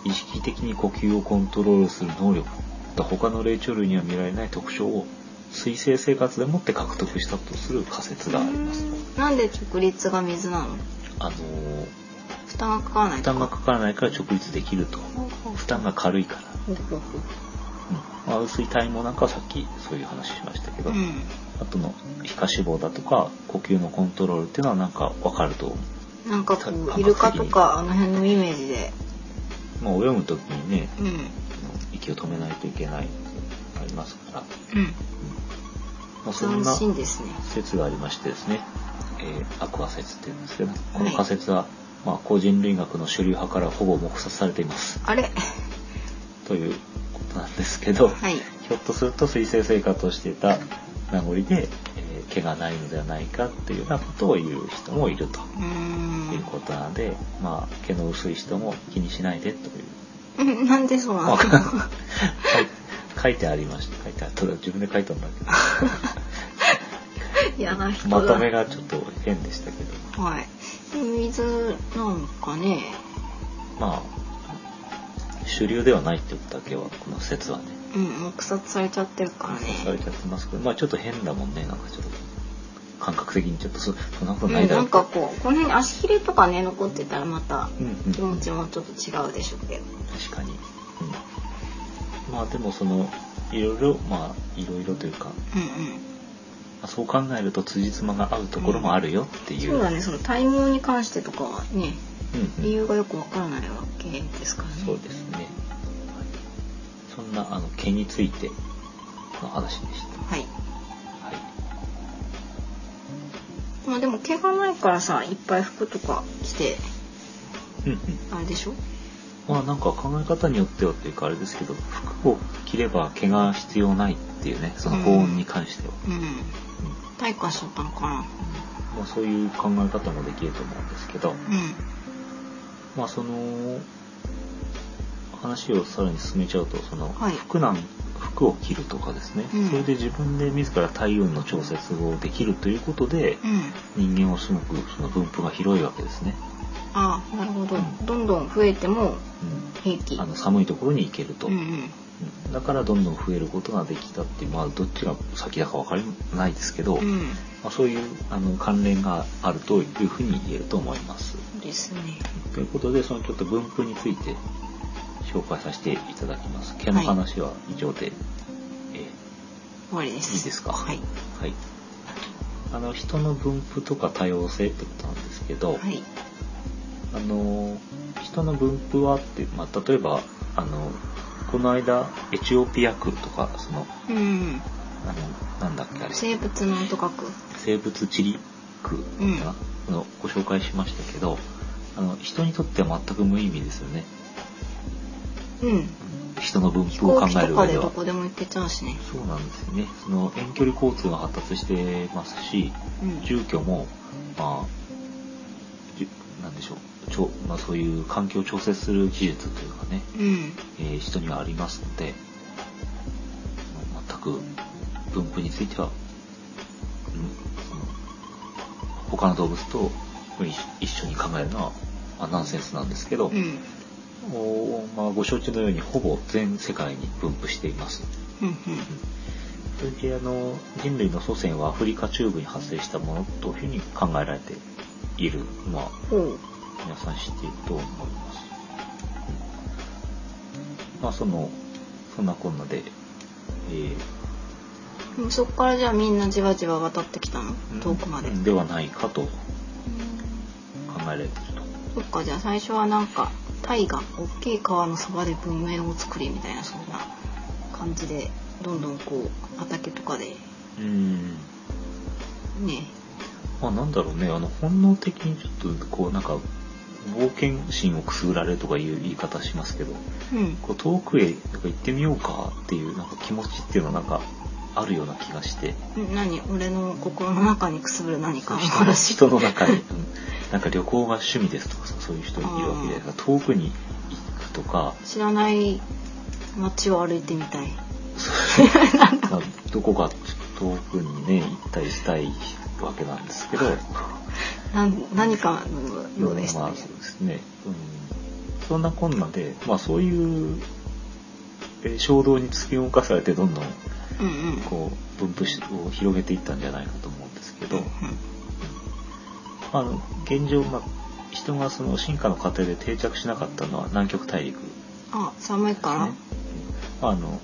A: 意識的に呼吸をコントロールする能力他の霊長類には見られない特徴を水生生活でもって獲得したとする仮説
B: あ。
A: があります
B: うんなんで直立が水なの？
A: あのー
B: 負担がかからない
A: 負
B: とか。
A: 担がかからないから直立できると
B: ほうほう
A: 負担が軽いから
B: ほうほうほ
A: うんまあ、薄い体毛なんかはさっきそういう話しましたけ
B: う。
A: ど、
B: うん。
A: あとの皮下脂肪だとか呼吸のコントロールっていうのはなんかわかると思
B: なんかこ
A: た
B: うイルカとかあの辺のイメージで、
A: う、まあ、泳ぐ時にね
B: うん
A: 息を止めないといけないありますから、
B: う
A: まあ、そん
B: ん、
A: な
B: 斬新ですね。
A: 説がありましてですね、えーアクア説っていうんですけどこの仮説は、まあ、個人類学の主流派からほぼ黙殺されています
B: あれ、
A: ということなんですけど、
B: はい、
A: ひょっとすると水生生活をしていた名残で、えー毛がないのではないかっていうようなことを言う人もいると
B: うーん
A: いうことなので、まあ毛の薄い人も気にしないでという、
B: うん、なんでそうなの
A: わ？かんない 書いてありました書いてあった自分で書いたんだ
B: 嫌
A: け
B: な
A: ど
B: 人だ。
A: まとめがちょっと変でしたけど
B: はい。水なんかね、
A: まあ主流ではないってことだけはこの説はね
B: うん、黙殺されちゃってるからね。
A: されちゃってますけどまあちょっと変だもんねなんかちょっと感覚的にちょっとそそんなこと
B: うん、
A: ないだ
B: な
A: ろ
B: ん
A: うと
B: かこうこの辺に足ひれとかね残ってたらまた
A: うんうん
B: 気持ちもちょっと違うでしょうけど。
A: 確かに、うん、まあでもそのいろいろまあいろいろというかま
B: うん
A: あそう考えると辻褄が合うところもあるよって
B: うん。
A: いう、
B: そうだね、その体毛に関してとかはね、
A: うんうん
B: 理由がよくわからないわけですからね。
A: そうですね、はい、そんなあの毛についての話でし
B: はい。
A: たはい
B: まあでも毛がないからさいっぱい服とか着て
A: うんうん
B: あれでしょ
A: まあなんか考え方によってはというかあれですけど服を着れば毛が必要ないっていうねその保温に関しては、
B: うん
A: うん
B: 退化しちゃったのかな
A: まあ、そういう考え方もできると思うんですけど、
B: う
A: まあその話をさらに進めちゃうとその
B: はい
A: 服なん、服を着るとかですね、
B: うん
A: それで自分で自ら体温の調節をできるということで、
B: んうん
A: 人間はすごくその分布が広いわけですね、
B: ああなるほど、
A: うん
B: どんどん増えても
A: う
B: 平気
A: ん、あの寒いところに行けると、
B: うんうん
A: うんだからどんどん増えることができたっていうまあどっちが先だか分かりないですけど、
B: う
A: ま
B: ん
A: あ、そういうあの関連があるというふうに言えると思います。
B: そうですね
A: ということでそのちょっと分布について紹介させていただきます。毛の話は以上で、えー
B: 終わりです。
A: いいですか
B: はい。
A: はい。あの、人の分布とか多様性ってことなんですけど、
B: はい。
A: あの、人の分布はって、まあ、例えば、あの、この間、エチオピア区とか、その、
B: うん。
A: あの、なんだっけ、あれ、
B: 生物のとかく。
A: 生物地理区かな、のご紹介しましたけど、あの、人にとっては全く無意味ですよね。
B: うん。
A: 人の分
B: 飛
A: 布を
B: 行
A: 考
B: 機
A: え
B: と
A: る
B: か
A: 上
B: で
A: で
B: ど
A: は。
B: こでも行けちゃうしね。
A: そうなんですよね。その遠距離交通が発達してますし、
B: うん。
A: 住居も、まあ、じゅなんでしょう、ちょまあ、そういう環境を調整する技術というかね、
B: うん。
A: えー人にはありますので、あの全く分布については、うん、その他の動物と一一緒に考えるのは、まあ、ナンセンスなんですけど、
B: うん。
A: おまあ、ご承知のようにほぼ全世界に分布しています。
B: うん。うん。
A: それであの人類の祖先はアフリカ中部に発生したものというふうに考えられているのは
B: ほう。
A: 皆さん知っていると思います。うんまあそのそんなこんなで、えー
B: うんそっからじゃあみんなじわじわ渡ってきたの遠くまで。
A: ではないかと考
B: うん
A: えられている
B: そっかじゃあ最初はなんかタイが大きい川のそばで文明を作りみたいなそんな感じでどんどんこう畑とかで
A: と。うん。
B: ね
A: まあなんだろうねあの本能的にちょっとこうなんか冒険心をくすぐられるとかいう言い方しますけど。
B: うん
A: こう遠くへなんか行ってみようかっていうなんか気持ちっていうのはなんかあるような気がして
B: ん何俺の心の中にくすぶる何かの
A: 人の
B: 話
A: 人の中に、うんなんか旅行が趣味ですとかさそういう人いるわけで遠くに行くとか
B: 知らない街を歩いてみたい
A: そうまあどこか遠くにね行ったりしたいわけなんですけど
B: なん何かのようでした
A: まあ
B: ね
A: そうですね、うん、そんなこんなで、まあ、そういうえー衝動に突き動かされてどんどん
B: うんうん
A: こう分布しを広げていったんじゃないかと思うんですけど、あの現状、まあ、人がその進化の過程で定着しなかったのは南極大陸ですね。
B: あ寒いから、
A: まあ、あの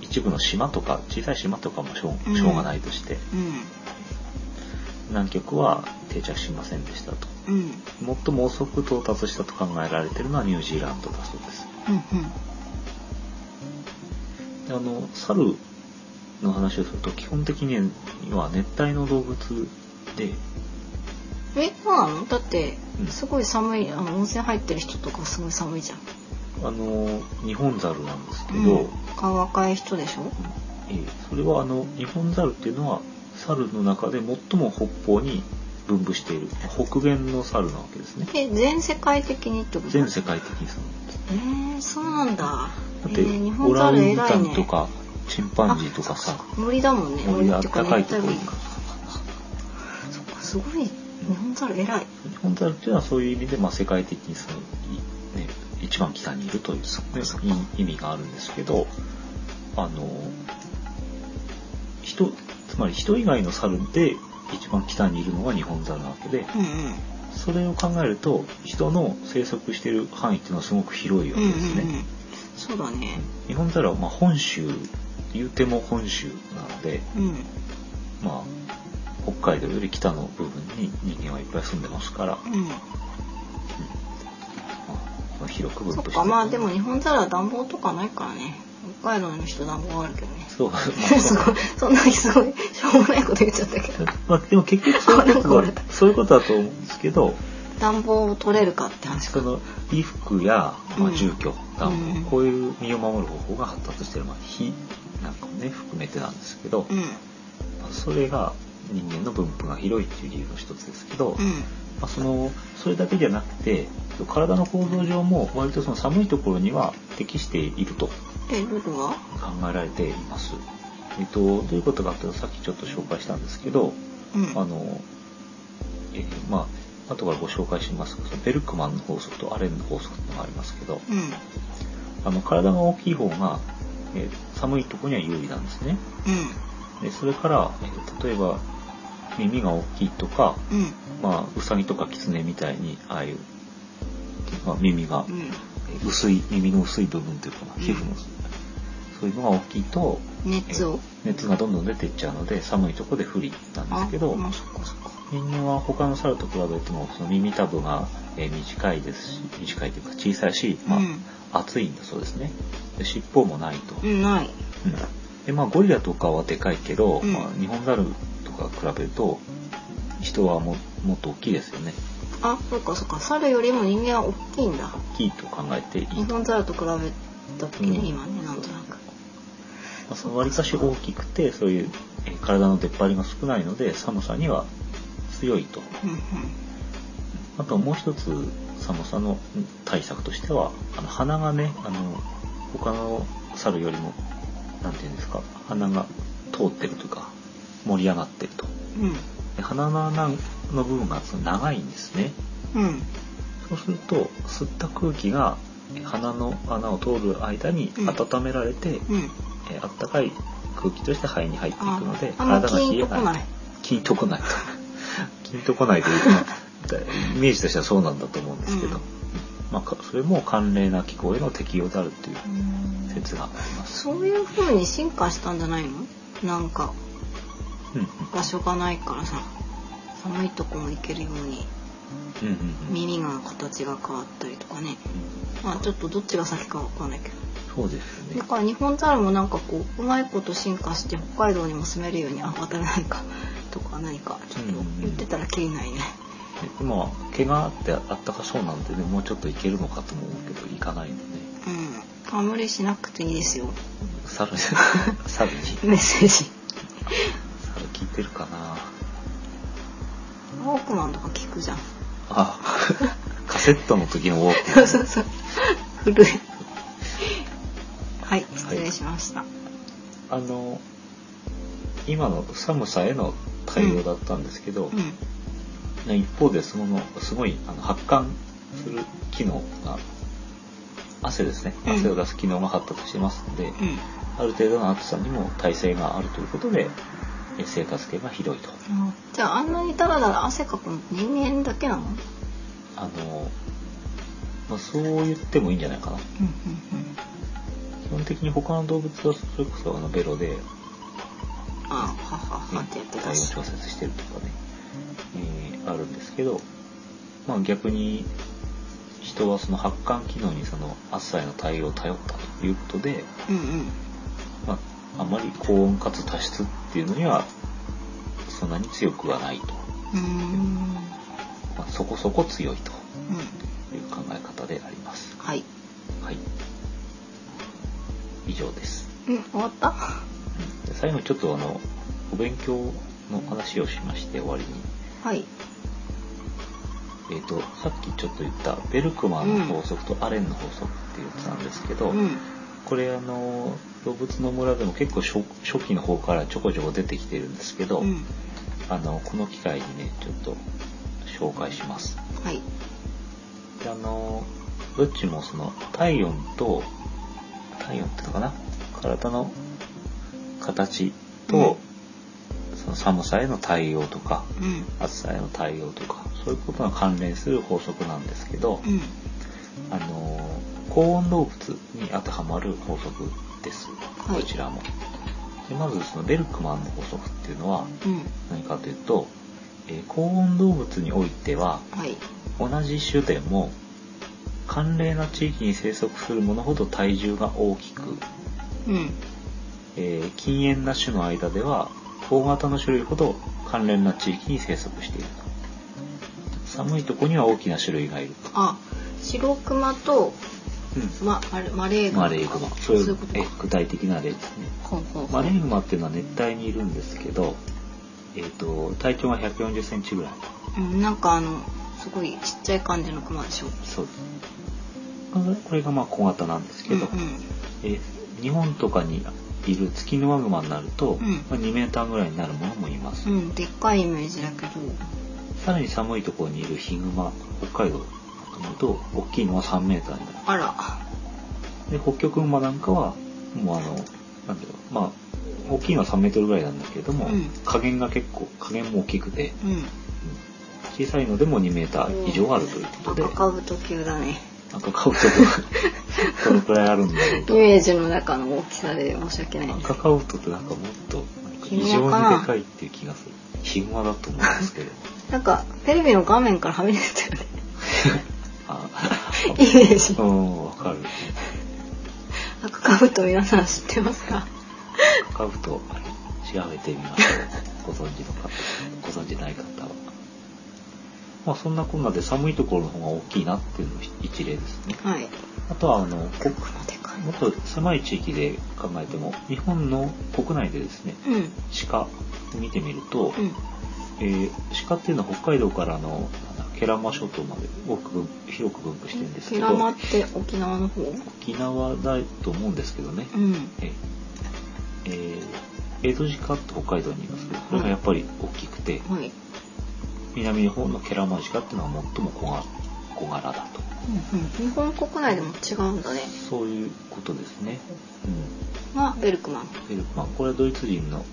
A: 一部の島とか小さい島とかもしょ
B: うん
A: うしょうがないとして、
B: う
A: 南極は定着しませんでしたと。
B: んうんうん
A: 最も遅く到達したと考えられているのはニュージーランドだそうです。であの猿の話をすると基本的には熱帯の動物で
B: うんえそうなのだって
A: うん
B: すごい寒いあの温泉入ってる人とかすごい寒いじゃん
A: あの日本猿なんですけど、
B: うん、顔若い人でしょ
A: えーそれはあの日本猿っていうのは猿の中で最も北方に分布している北限の猿なわけですね
B: え全世界的にってこと
A: 全世界的にそうなんです
B: えー、そうなんだ
A: だって、
B: えー日
A: オ
B: 本
A: ランウ
B: 猿
A: ー
B: 偉
A: タ
B: い
A: ン
B: ね
A: とかチンパンジーとかさ
B: 森だもんね
A: 森があっ
B: って
A: た
B: か
A: かいところに
B: 熱帯そっかすごい日本猿偉い
A: 日本猿っていうのはそういう意味で、まあ、世界的にその、いね、一番北にいるという、ね
B: そっ、
A: い意味があるんですけどあの人つまり人以外の猿で一番北にいるのが日本猿なわけで、
B: うん
A: それを考えると人の生息している範囲っていうのはすごく広いわ
B: う
A: け
B: んうん
A: ですね、
B: うんうんそうだね
A: 日本猿はまあ本州言うても本州なので、
B: うん
A: まあ、北海道より北の部分に人間はいっぱい住んでますから、ま
B: う
A: あ、広く分
B: んそっ
A: 布して
B: かまあでも日本猿は暖房とかないからね北海道の人暖房あるけどね
A: そう、 まあ
B: すごいそんなにすごいしょうもないこと言っちゃったけど
A: まあ、でも結局そういうこと
B: これ
A: だ
B: こ
A: そういうことだと思うんですけど
B: 暖房を取れるかって話
A: そ
B: か
A: の衣服や、ま
B: う
A: あ、
B: ん
A: 住居暖房、
B: うん
A: こういう身を守る方法が発達してる、まあ、火なんかもね含めてなんですけど、
B: うん
A: それが人間の分布が広いっていう理由の一つですけど、
B: う
A: ま
B: ん
A: あ、そのそれだけじゃなくて体の構造上も割とその寒いところには適していると考
B: えルルは
A: えられています。えっと、どういうことかというとさっきちょっと紹介したんですけど
B: うん
A: あの、えーまあ後からご紹介しますがそのベルクマンの法則とアレンの法則っていうのがありますけど
B: うん
A: あの体が大きい方が、えー寒いところには有利なんですね。
B: うん
A: でそれから、えー例えば耳が大きいとか、
B: うん
A: まあ、ウサギとかキツネみたいにああいう、まあ、耳が
B: うん
A: 薄い耳の薄い部分というかな皮膚の、
B: うん
A: そういうのが大きいと
B: 熱を
A: えー熱がどんどん出ていっちゃうので寒いとこで不利なんですけど
B: あまあそっかそっか
A: 人間は他の猿と比べてもその耳たぶがえー短いですし短いというか小さいし、まあ
B: うん
A: 厚いんだそうですねで尻尾もないと、
B: うんない
A: うんでまあ、ゴリラとかはでかいけど、
B: うん
A: まあ、日本猿とか比べると人はももっと大きいですよね
B: あそっかそっか猿よりも人間は大きいんだ
A: 大きいと考えていい
B: 日
A: ま
B: 本猿と比べた時ね、
A: うん
B: 今ねなんとなく
A: あその割かし大きくてそういうえー体の出っ張りが少ないので寒さには強いと
B: うんうん
A: あともう一つ寒さの対策としてはあの鼻がねあの他の猿よりもなんていうんですか鼻が通ってるというか盛り上がってるとで鼻の穴の部分が長いんですね
B: うんうん
A: そうすると吸った空気がえ鼻の穴を通る間に
B: うん
A: 温められて、
B: うん
A: えあったかい空気として肺に入っていく
B: あ
A: ので
B: あんま
A: 体が
B: キ
A: 冷
B: ー
A: え
B: ンとこ
A: な
B: ないい
A: 筋とこないと筋とこな いというかまあだイメージとしてはそうなんだと思うんですけど、
B: うん
A: まあかそれも寒冷な気候への適用であるという
B: うん
A: 説があります、
B: そういう風に進化したんじゃないのなんか
A: うんうん
B: 場所がないからさ寒いとこも行けるように
A: うんうんうん
B: 耳が形が変わったりとかね
A: うん
B: まあちょっとどっちが先かわかんないけど
A: そうですよね
B: だから日本猿もなんかこううまいこと進化して北海道にも住めるようにあ渡れないかとか何かちょっと言ってたらきりないね
A: でまあ毛があってあったかそうなんでねもうちょっといけるのかとも思うけどいかないんでね
B: うんあ無理しなくていいですよ
A: 猿 に猿に
B: メッセージ
A: 猿聞いてるかな
B: ウォークマンとか聞くじゃん
A: あカセットの時のウォーク
B: そうそうそう古いはい失礼しました、
A: あの今の寒さへの対応だったんですけど、
B: うん
A: 一方でそのすごいあの発汗する機能が汗ですね
B: うん
A: 汗を出す機能が発達してますので、
B: うん
A: ある程度の暑さにも耐性があるということでえ生活圏が広いと
B: あじゃああんなにダラダラ汗かくのって人間だけなのうんうん
A: あの、まあ、そう言ってもいいんじゃないかな
B: うん
A: 基本的に他の動物はそれこそあのベロで
B: あはははってやって
A: 体
B: た
A: 温
B: し
A: 調節してるとかね、えーあるんですけど、まあ、逆に人はその発汗機能にその暑さへの対応を頼ったということで、
B: うんうん
A: まあ、あまり高温かつ多湿っていうのにはそんなに強くはないと、
B: うーん
A: まあ、そこそこ強いと
B: うん
A: いう考え方であります
B: はい
A: はい以上です、
B: うん終わった
A: うんで最後にちょっとあのお勉強の話をしまして終わりに
B: はい
A: えー、とさっきちょっと言ったベルクマンの法則とアレンの法則っていうやつなんですけど、
B: うん
A: これあの動物の村でも結構初初期の方からちょこちょこ出てきてるんですけど、
B: うん
A: あのこの機会にねちょっと紹介します
B: はい
A: であのどっちもその体温と体温っていうのかな体の形と、その寒さへの対応とか
B: うん
A: 暑さへの対応とかそういうことが関連する法則なんですけど、
B: うん
A: あのー高温動物に当てはまる法則です、
B: はい
A: どちらもでまずそのベルクマンの法則っていうのは
B: うん
A: 何かというと、えー高温動物においては
B: はい
A: 同じ種でも寒冷な地域に生息するものほど体重が大きく、
B: うん
A: えー禁煙な種の間では大型の種類ほど関連な地域に生息している寒いとこには大きな種類がいる
B: あ白熊と
A: と、うん
B: まあれマレーグ
A: ま
B: マ
A: あ、レイグマ。そ
B: そうう
A: い
B: いう
A: う
B: こと
A: え
B: か
A: 具体的な例ですね。
B: ほうほうほ
A: まあ、
B: う
A: レイグマっていうのは熱帯にいるんですけど、えっ、と、体長が140センチぐらい。
B: うんなんかあのすごいちっちゃい感じの熊でしょ
A: そうです。これこれがまあ小型なんですけ
B: うんう
A: ど、
B: ん
A: えー日本とかにいるツキノワグマになると、
B: うん
A: まあ、2メーターぐらいになるものもいます。
B: うんでっかいイメージだけど
A: さらに寒いところにいるヒグマ、北海道なんかと大きいのは3メーターになる。
B: あら
A: で北極馬なんかはもうあのなんだろうまあ大きいのは3メートルぐらいなんだけれども、
B: うん
A: 加減が結構加減も大きくて、
B: うん
A: 小さいのでも2メーター以上あるということで、
B: 赤かぶと級だね
A: なんか 買うとこどのくらいあるんだろう
B: イメージの中の大きさで申し訳ないんです
A: 赤カウトってなんかもっとなんか異常にでかいっていう気がするヒグマだと思うんですけど
B: なんかテレビの画面からはみ出てたよね
A: あ
B: イメージ
A: うんわかる
B: 赤かぶと皆さん知ってますか
A: 赤カウトあれ調べてみましょうご存知の方ご存知ない方はまあそんなこんなで寒いところの方が大きいなっていうのも一例ですね
B: はいこ
A: あとはあの国
B: のでかい
A: もっと狭い地域で考えても日本の国内でですね
B: うんうん
A: 鹿見てみると、えー鹿っていうのは北海道からあのなんだ慶良間諸島まで多く分広く分布してるんですけ
B: 平
A: ど
B: 間って沖縄の方う
A: 沖縄だと思うんですけどね、
B: ん
A: ええー江戸鹿って北海道にいますけどこれがやっぱり大きくて
B: はい
A: 南の方の慶良間鹿っていうのは最も小柄小柄だと
B: うんうん日本国内でも違うんだね
A: そういうことですね、うん、
B: まあベルクマン
A: ベルクマンこれはドイツ人の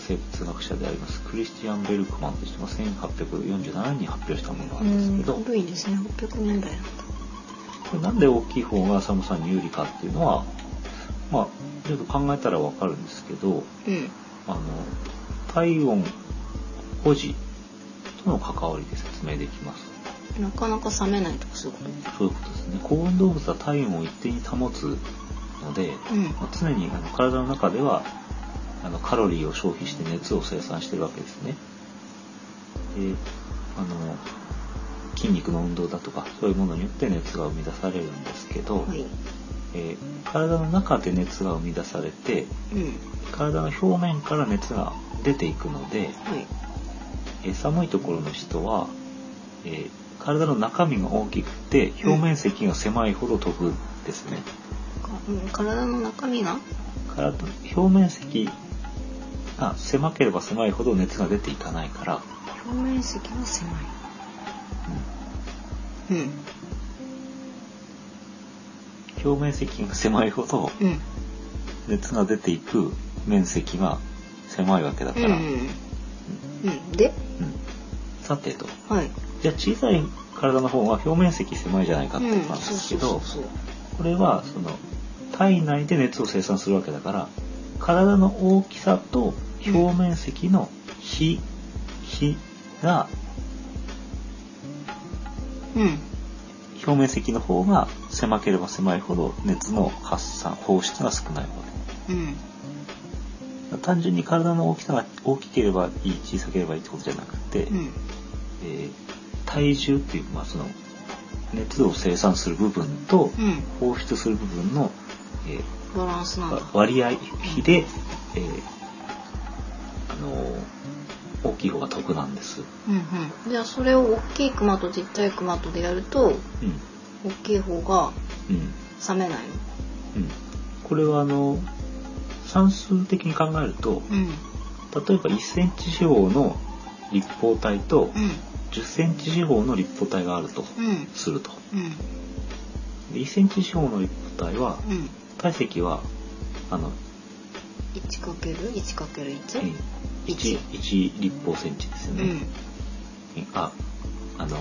A: 生物学者でありますクリスティアン・ベルクマンという人が1847年に発表したものな
B: うん
A: ですけ
B: ん
A: ど、こ
B: 古いですね800年代なんだ
A: れなんで大きい方が寒さに有利かっていうのはまあちょっと考えたらわかるんですけど
B: うん
A: あの体温保持との関わりで説明できます
B: なかなか冷めないとかそういうこ
A: そういうことですね高温動物は体温を一定に保つので、
B: とうん
A: まあ常にあの体の中ではあのカロリーを消費して熱を生産してるわけですね。であの筋肉の運動だとかそういうものによって熱が生み出されるんですけど、
B: はい
A: えー体の中で熱が生み出されて
B: うん
A: 体の表面から熱が出ていくので、
B: はい
A: えー寒いところの人は、えー体の中身が大きくて表面積が狭いほど飛ぶんですね。
B: かうん体の中身が
A: 体の表面積が狭ければ狭いほど熱が出ていかないから、
B: 表面積が狭いうん
A: 表面積が狭いほど
B: うん
A: 熱が出ていく面積が狭いわけだ
B: う
A: か
B: ん
A: ら、
B: うんうんで
A: うんさてと
B: はい
A: じゃあ小さい体の方が表面積狭いじゃないかってことなんですけど、
B: うんそうそうそう
A: これはその体内で熱を生産するわけだから体の大きさと表面積の比、比が
B: そううん
A: 表面積の方が狭ければ狭いほど熱の発散放出が少ないわ
B: うん
A: け単純に体の大きさが大きければいい小さければいいってことじゃなくて、
B: うん
A: えー体重っていう、まあ、その熱を生産する部分と
B: うん
A: 放出する部分の、え
B: バランスなんだ
A: ー割合比で、えーあのー大きい方が得なんです、
B: うんうんじゃあそれを大きいクマとちっちゃいクマとでやる
A: う
B: と
A: ん
B: 大きい方が
A: うん
B: 冷めないの
A: うん、これはあの算数的に考えると、
B: うん
A: 例えば1センチ四方の立方体と
B: う
A: 10センチ四方の立方体があると
B: んうん
A: すると
B: うん
A: 1センチ四方の立方体は
B: うん
A: 体積はあの
B: 1×1×1 一
A: 1, 1立方センチですよ
B: う
A: ね、
B: ん
A: ああの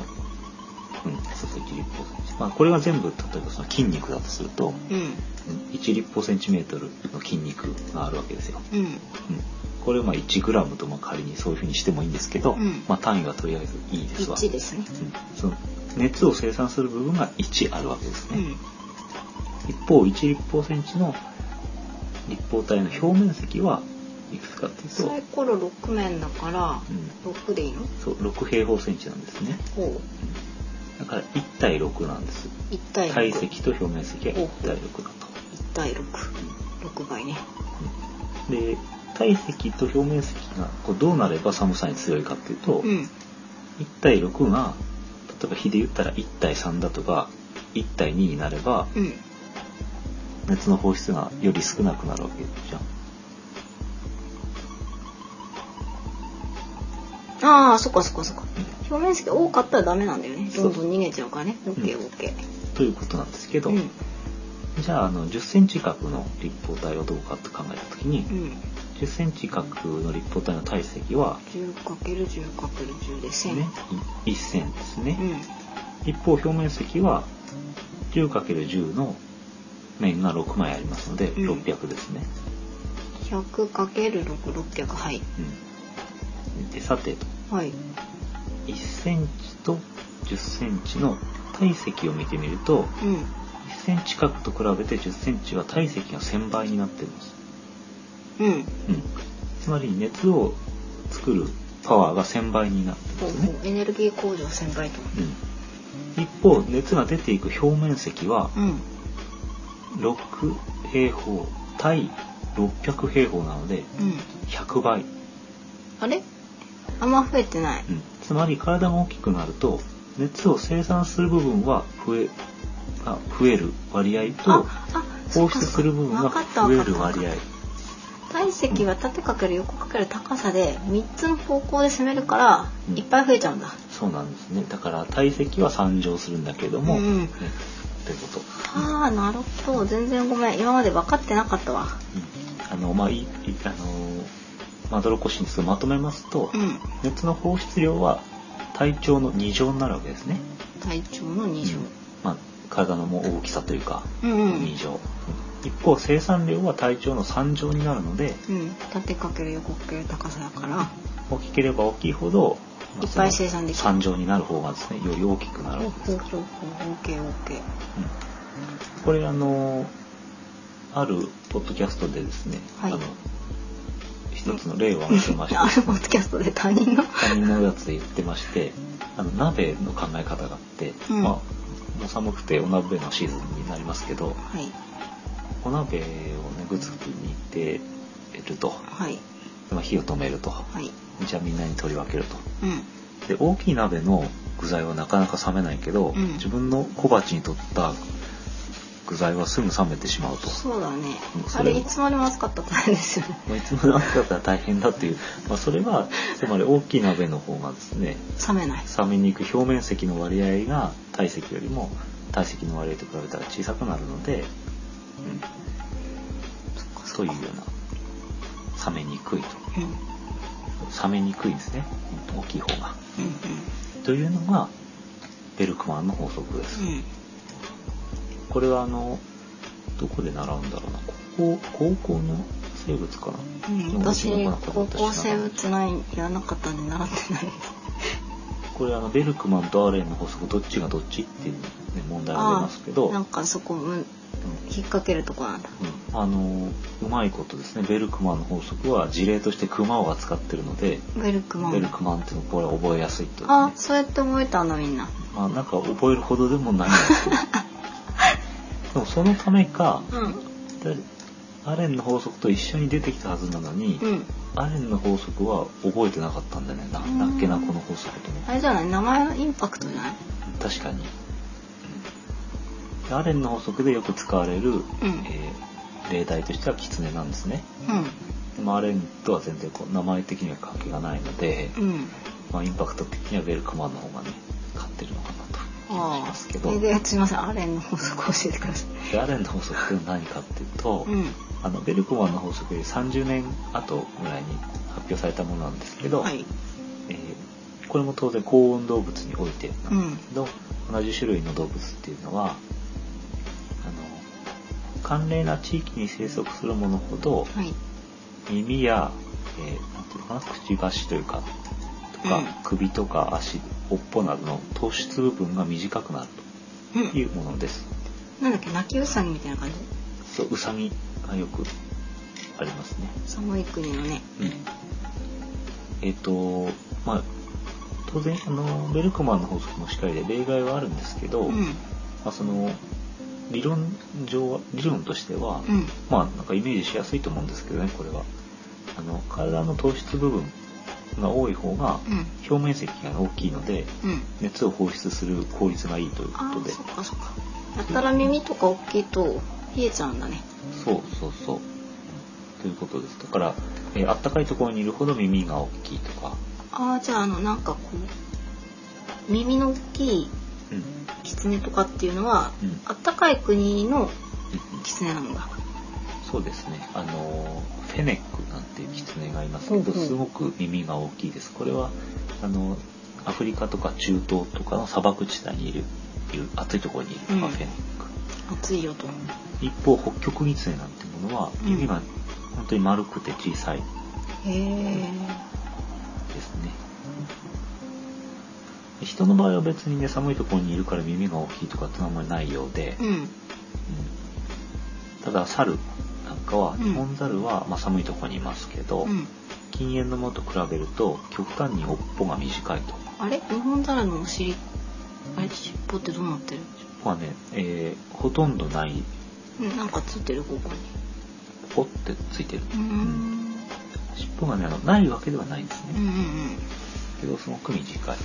A: うんそうそう1立方センチ、まあ、これが全部例えばその筋肉だとすると
B: うん
A: 1立方センチメートルの筋肉があるわけですよ、
B: うん
A: うん、これをまあ1グラムとまあ仮にそういうふうにしてもいいんですけど、
B: うん
A: まあ、単位がとりあえずいいですわ
B: 1ですね
A: その熱を生産する部分が1あるわけです
B: う
A: ね、
B: ん
A: 一方1立方センチの立方体の表面積はいくつかっていうと、
B: サイコロ6面だから
A: うん、
B: 6でいいの
A: そう6平方センチなんですね
B: ほ
A: だから1対6なんです
B: う1対
A: 体
B: 6
A: 積と表面積は1対6だと、
B: 1対66倍ね
A: うんで体積と表面積がこうどうなれば寒さに強いかっていうと、
B: うん
A: 1対6が例えば比で言ったら1対3だとか1対2になれば
B: うん
A: 熱の放出がより少なくなるわけじゃん
B: ああそっかそっかそっか表面積多かったらダメなんだよねどんどん逃げちゃうからね OKOK
A: ということなんですけど、
B: うんうん
A: じゃああの10センチ角の立方体はどうかって考えた時に、10センチ角の立方体の体積は、
B: 10×10×10 で1000
A: ね、い1センですね、
B: うん
A: 一方表面積は 10×10 の面が6枚ありますので、
B: うん
A: 600ですね。
B: 100×6600 はい
A: うん、でさてと
B: はい
A: 1センチと10センチの体積を見てみると
B: うん
A: 1センチ角と比べて10センチは体積が1000倍になってるんです、
B: うん
A: うん、つまり熱を作るパワーが1000倍になって
B: ほ
A: る
B: うん
A: ですね
B: ほ、うエネルギー向上先輩と
A: うん、一方熱が出ていく表面積は
B: うん
A: 6平方対600平方なので
B: うん
A: 100倍、うん、
B: あれあんま増えてない
A: つまり体が大きくなると熱を生産する部分は増えが増える割合と
B: ああ
A: 放出する部分が増える割合
B: 体積は縦かける横かける高さで3つの方向で攻めるから
A: うん
B: いっぱい増えちゃうんだ、
A: そうなんですねだから体積は3乗するんだけども、
B: うん
A: うんってこと、
B: はあなるほど全然ごめん今まで分かってなかったわ
A: うんあのまあいいいあのーまどろっこしいんですけどまとめますと、
B: うん
A: 熱の放出量は体長の2乗になるわけですね、
B: 体長の2乗
A: うんまあ、体のもう大きさというか
B: うんうん、うん
A: 2乗、一方生産量は体長の3乗になるので
B: 縦かける横かける高さだから
A: 大きければ大きいほどまあ
B: いっぱい
A: その
B: 生産できる
A: 3乗になる方がですねより大きくなるわけです
B: ほうほうほう
A: う
B: OKOK
A: んこれあのあるポッドキャストでですね、
B: はい
A: あの一つの例を挙げてまし
B: あ
A: て
B: るポッドキャストで他人の
A: 他人のやつで言ってましてあの鍋の考え方があって、
B: うん
A: まあ、もう寒くてお鍋のシーズンになりますけど
B: はい
A: お鍋をねグツグツ煮てると、
B: はい
A: まあ、火を止めると
B: はい
A: じゃあみんなに取り分けると
B: うん
A: で大きい鍋の具材はなかなか冷めないけど、
B: うん
A: 自分の小鉢にとった具材はすぐ冷めてしまうと。
B: そうだね
A: うんそ
B: あ
A: れ
B: れいつまでも暑かったら大変ですよね
A: まあいつもの暑かったら大変だっていう、まあ、それはつまり大きい鍋の方がですね
B: 冷めない
A: 冷めに行く表面積の割合が体積よりも体積の割合と比べたら小さくなるので、うん、そういうような冷めにくいと
B: うんうん
A: 冷めにくいですねうん大きい方が
B: う
A: というのがベルクマンの法則です、
B: んうん
A: これはあのどこで習うんだろうな高校高校の生物かな
B: うん、私高校生物ないやらなかったんで習ってないです。
A: これあのベルクマンとアーレンの法則どっちがどっちっていう、ね、問題が出ますけど
B: なんかそこむ引っ掛けるとこなんだ。
A: うん、あのうまいことですねベルクマンの法則は事例としてクマを扱ってるので、
B: ベルクマ
A: ベル
B: ン。
A: クマンっていうのこれは覚えやすいというね、
B: あ、そうやって覚えたんだみんな。
A: まあ、なんか覚えるほどでもないんですけ どでもそのためか
B: うん
A: でアレンの法則と一緒に出てきたはずなのに、
B: うん。
A: アレンの法則は覚えてなかったんだよねなんだっけなこの法則と思って
B: あれじゃない名前のインパクトじゃない？
A: 確かに、アレンの法則でよく使われる、
B: ん
A: えー例題としてはキツネなんですね
B: う
A: でもアレンとは全然こう名前的には関係がないので、
B: んうん。
A: まあ、インパクト的にはベルクマンの方がね勝ってるのかなと気がし
B: ああ。
A: ますけど
B: えで、すみませんアレンの法則教えてくださ
A: でアレンの法則っていうのは何かっていうと、
B: い。うん
A: あのベルクマンの法則より30年後ぐらいに発表されたものなんですけど、
B: はい。
A: えーこれも当然高温動物においてなんですけど
B: うん
A: の同じ種類の動物っていうのはあの寒冷な地域に生息するものほど
B: はい。
A: 耳や、えーなんていうのかなくちばしというかとか、
B: うん
A: 首とか足尾っぽなどの突出部分が短くなる
B: う
A: とい
B: ん。
A: うものです。
B: なんだっけ泣きウサギみたいな感じ？
A: そうウサギがよくありますね。
B: 寒い国のね。
A: うん、えっ、とまあ当然あのベルクマンの法則もしっかりで例外はあるんですけど。
B: うん
A: まあ、その理論上は理論としては、
B: うん
A: まあなんかイメージしやすいと思うんですけどねこれはあの体の糖質部分が多い方が
B: うん
A: 表面積が大きいので
B: うん。
A: 熱を放出する効率がいいというこ
B: あ
A: と
B: ー
A: で
B: そっかそっかやったら耳とか大きいと冷えちゃうんだね
A: そうそうそうということですだから、えーあったかいところにいるほど耳が大きいとか、
B: ああじゃああのなんかこう耳の大きい
A: うん
B: 狐とかっていうのは、
A: うん
B: あったかい国の
A: うん
B: 狐なんだ
A: そうですね。あのフェネックなんていうキツネがいますけど、
B: うんうん
A: すごく耳が大きいです。これはあのアフリカとか中東とかの砂漠地帯にいるいる暑いところにいる
B: うん
A: アフェニック、
B: 暑いよと思う
A: 一方北極蜜蜂なんてものは
B: うん
A: 指が本当に丸くて小さい
B: へえ
A: ですね、人の場合は別にね寒いところにいるから耳が大きいとかってのはあんまりないようで、
B: うん
A: うんただ猿なんかは
B: うん
A: 日本猿は、まあ、寒いところにいますけど、
B: うん
A: 禁煙のものと比べると極端に尾っぽが短いと。
B: あれ日本猿のお尻あれ尻尾ってどうなってるんでしょ
A: はね、えーほとんどない
B: ううんなんかついてるここに
A: ポってついてる、
B: うーん
A: 尻尾がねあのないわけではないんです
B: うんう
A: ね、
B: んうん
A: けどすごく短い
B: へ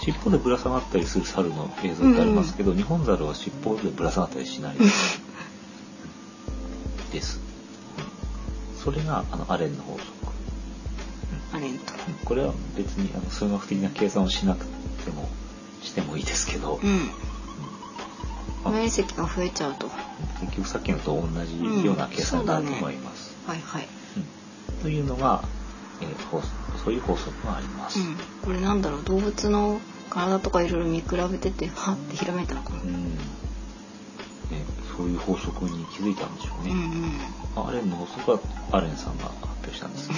A: 尻尾でぶら下がったりする猿の映像ってありますけど、日本猿は尻尾でぶら下がったりしないです、うんそれがあのアレンの法則、
B: ーアレント
A: うんこれは別にあの数学的な計算をしなくてもしてもいいですけど、
B: うん
A: あ
B: 面積が増えちゃうとは
A: 結局さっきのと同じような計算だと思います、
B: いはい
A: うんというのが、えー法則そういう法則があります、
B: うんこれなんだろう動物の体とかいろいろ見比べててはってひらめいたのかな
A: うんね、そういう法則に気づいたんでしょうね、
B: うんうん
A: アレンの法則はアレンさんが発表したん ですけ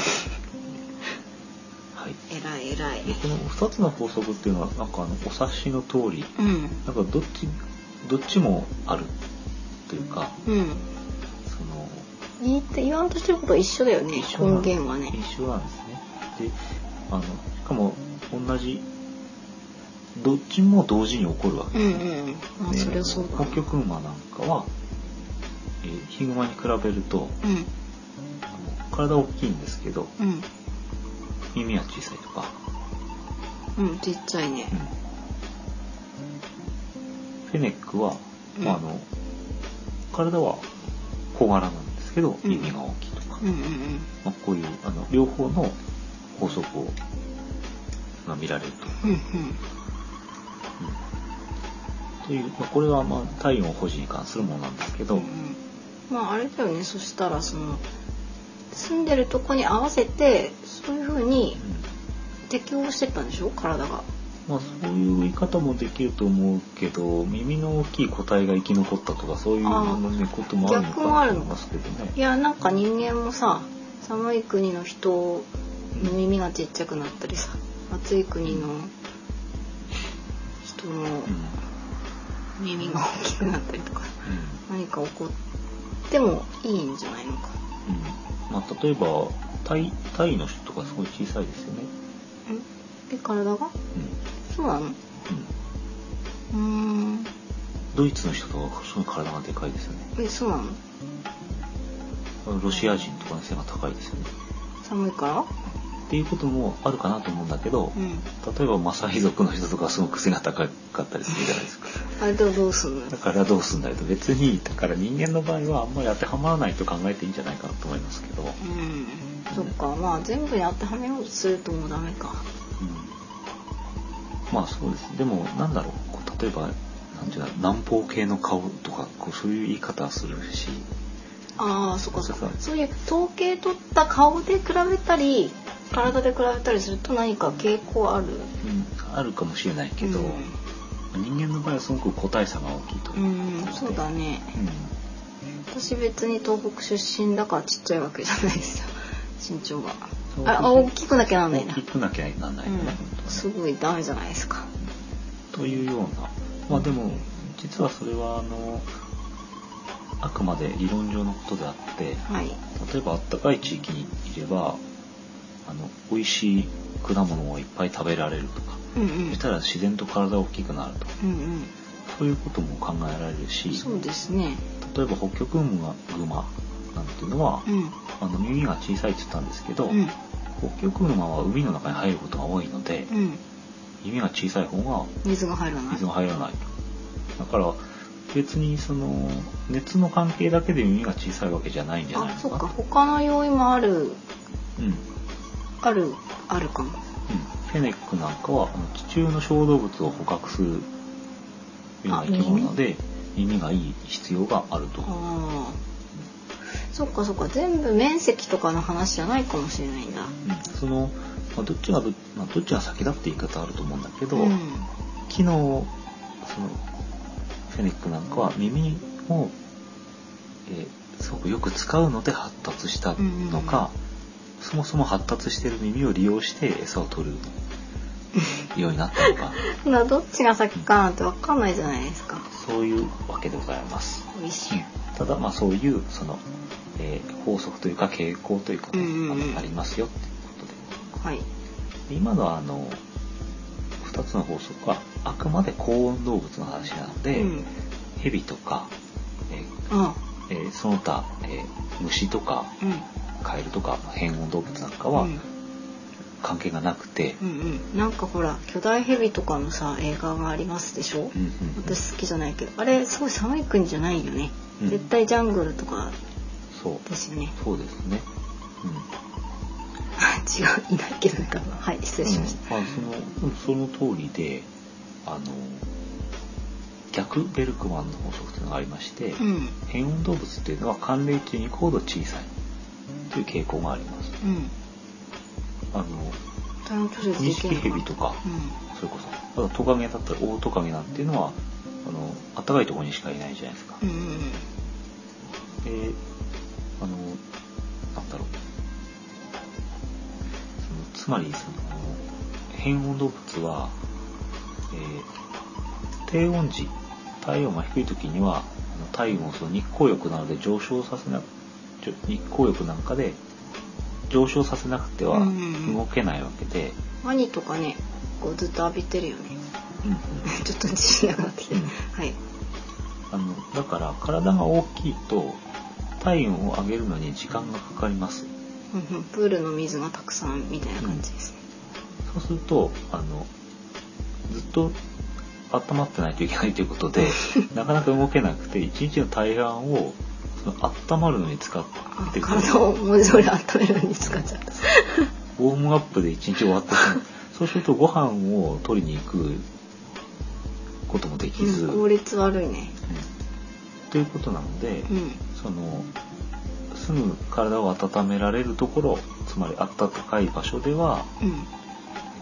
A: どはい
B: 偉い偉い
A: でこの2つの法則っていうのはなんかあのお察しの通り
B: うん
A: なんかどっちどっちもあるというか
B: うん
A: その
B: 言って言わんとしてることは一緒だよね
A: 一緒
B: 根
A: なん
B: 源はね
A: 一緒なんですねであのしかも同じどっちも同時に起こるわけ
B: う
A: です
B: ん
A: ね、
B: うんまあ
A: ね
B: そりゃそうだな
A: 北極馬なんかは、えーヒグマに比べると
B: う
A: あ
B: ん
A: の体大きいんですけど
B: うん
A: 耳は小さいとか、
B: うんちっちゃいね
A: うんフェネックは、
B: うん
A: まあ、あの体は小柄なんですけど
B: うん
A: 耳が大きいとか、
B: うんうん
A: まあ、こういうあの両方の法則をが見られると。
B: うんうん
A: という、まあ、これはまあ体温保持に関するものなんですけ
B: う
A: ど、
B: んうんまああれだよねそしたらその住んでるとこに合わせてそういうふうに
A: うん
B: 適応してったんでしょ体が
A: まあ、そういう言い方もできると思うけど耳の大きい個体が生き残ったとかそういうの、ね、こともあるのか
B: 逆もあ
A: な
B: る
A: と
B: の
A: 思いますけどね
B: い。やなんか人間もさ寒い国の人の耳がちっちゃくなったりさ暑い国の人の
A: うんうん
B: 耳が大きくなったりとか何か起こってもいいんじゃないのか
A: うんまあ、例えばタイタイの人とかすごい小さいですよね。
B: んで体が
A: うん
B: そうなのう
A: うん
B: ーん
A: ドイツの人とかすごい体がでかいですよね。
B: えそうなの
A: ロシア人とかの背が高いですよね。
B: 寒いから
A: っていうこともあるかなと思うんだけど、
B: うん
A: 例えばマサイ族の人とかすごく背が高かったりするじゃないですか。
B: あれではどうすんのよ
A: だからどうすんだよと別にだから人間の場合はあんまり当てはまらないと考えていいんじゃないかなと思いますけど、うん、
B: うんそっかまあ全部に当てはめようとするともうダメか
A: まあそうですでもなんだろうこう例えばなんていうの南方系の顔とかこうそういう言い方するし、
B: ああそっかそっ
A: そう
B: か
A: そう
B: そういう統計取った顔で比べたり体で比べたりすると何か傾向ある
A: うん、あるかもしれないけど、人間の場合はすごく個体差が大きいと
B: う
A: い
B: ん、
A: う
B: う
A: こ
B: ん、
A: と
B: そう
A: で
B: だね
A: うん
B: 私別に東北出身だからちっちゃいわけじゃないですよ身長が
A: そう
B: ああ大きくなきゃなんない
A: 大
B: な、
A: きくなきゃなんないよね、本当は
B: うん、
A: ね
B: すごいダメじゃないですか
A: というようなまあでも実はそれはあのあくまで理論上のことであって
B: はい
A: 例えばあったかい地域にいればあの美味しい果物をいっぱい食べられるとか
B: うんう
A: そ
B: ん
A: したら自然と体が大きくなると
B: うん
A: そういうことも考えられる
B: う
A: し
B: んそうですね
A: 例えば北極馬熊なんていうのは
B: うん
A: あの耳が小さいって言ったんですけど、
B: うん
A: 北極馬は海の中に入ることが多いので
B: うん
A: 耳が小さい方が
B: 水が入らない
A: 水が入らないだから別にその熱の関係だけで耳が小さいわけじゃないんじゃない
B: あ
A: のか
B: そ
A: な
B: っか他の要因もある
A: うんうん
B: あるあるかも
A: フェネックなんかはあの地中の小動物を捕獲するような生き物なので耳がいい必要があると
B: ああそっかそっか全部面積とかの話じゃないかもしれないんだ
A: うんその、まあどっちがど,、まあどっちが先だって言い方あると思うんだけど、
B: うん
A: 機能そのフェネックなんかは耳を、えーすごくよく使うので発達したのか、そもそも発達してる耳を利用して餌を取るようになったのか
B: ほなどっちが先かなんてわかんないじゃないですか
A: そういうわけでございます。
B: 美味しい
A: ただまあそういうその、えー法則というか傾向というか、ね
B: うんうんうん
A: ありますよっていうことで
B: はい
A: で今のあの2つの法則はあくまで高温動物の話なので、
B: うん
A: 蛇とか、え
B: あ
A: ーえーその他、えー虫とか
B: うん
A: カエルとか変温動物なんか
B: う
A: は
B: ん
A: 関係がなくて、
B: うんうんなんかほら巨大ヘビとかのさ映画がありますでしょ、
A: うんうんうん
B: 私好きじゃないけどあれすごい寒い国じゃないよね、
A: うん
B: 絶対ジャングルとか
A: そう
B: ですよね
A: そうですね、うん、
B: 違ういないけどなんかはい失礼しました、
A: うんまあ、そのうんその通りであの逆ベルクマンの法則というのがありまして、
B: うんうん
A: 変温動物というのは寒冷地に行くほど小さいという傾向がありますあの
B: 体温調節でき
A: 錦
B: るのか
A: 蛇とかそれこそあとトカゲだったりオオトカゲなんていうのはあの暖かいところにしかいないじゃないですか、
B: うんうんうんうん
A: であのなんだろうそのつまりその変温動物は、えー低温時体温が低い時にはあの体温をその日光浴などで上昇させなじょ日光浴なんかで上昇させなくては
B: うんうんうん
A: 動けないわけで、
B: ワニとかねこうずっと浴びてるよね
A: うんうん
B: ちょっと自信なくなってきた、
A: うん
B: はい
A: あのだから体が大きいと体温を上げるのに時間がかかります。
B: うんうんプールの水がたくさんみたいな感じですね、
A: そうすると、あの、ずっと温まってないといけないということ で、なかなか動けなくて、一日の大半を、その温まるのに使っ
B: あ
A: てくる
B: 体を文字通り温めるのに使っちゃった
A: ウォームアップで一日終わってしまう。そうするとご飯を取りに行くこともできず、
B: うん
A: う
B: 効
A: ん
B: 率悪いね
A: ということなので、
B: うん
A: その、すぐ体を温められるところ、つまり暖かい場所では、
B: うん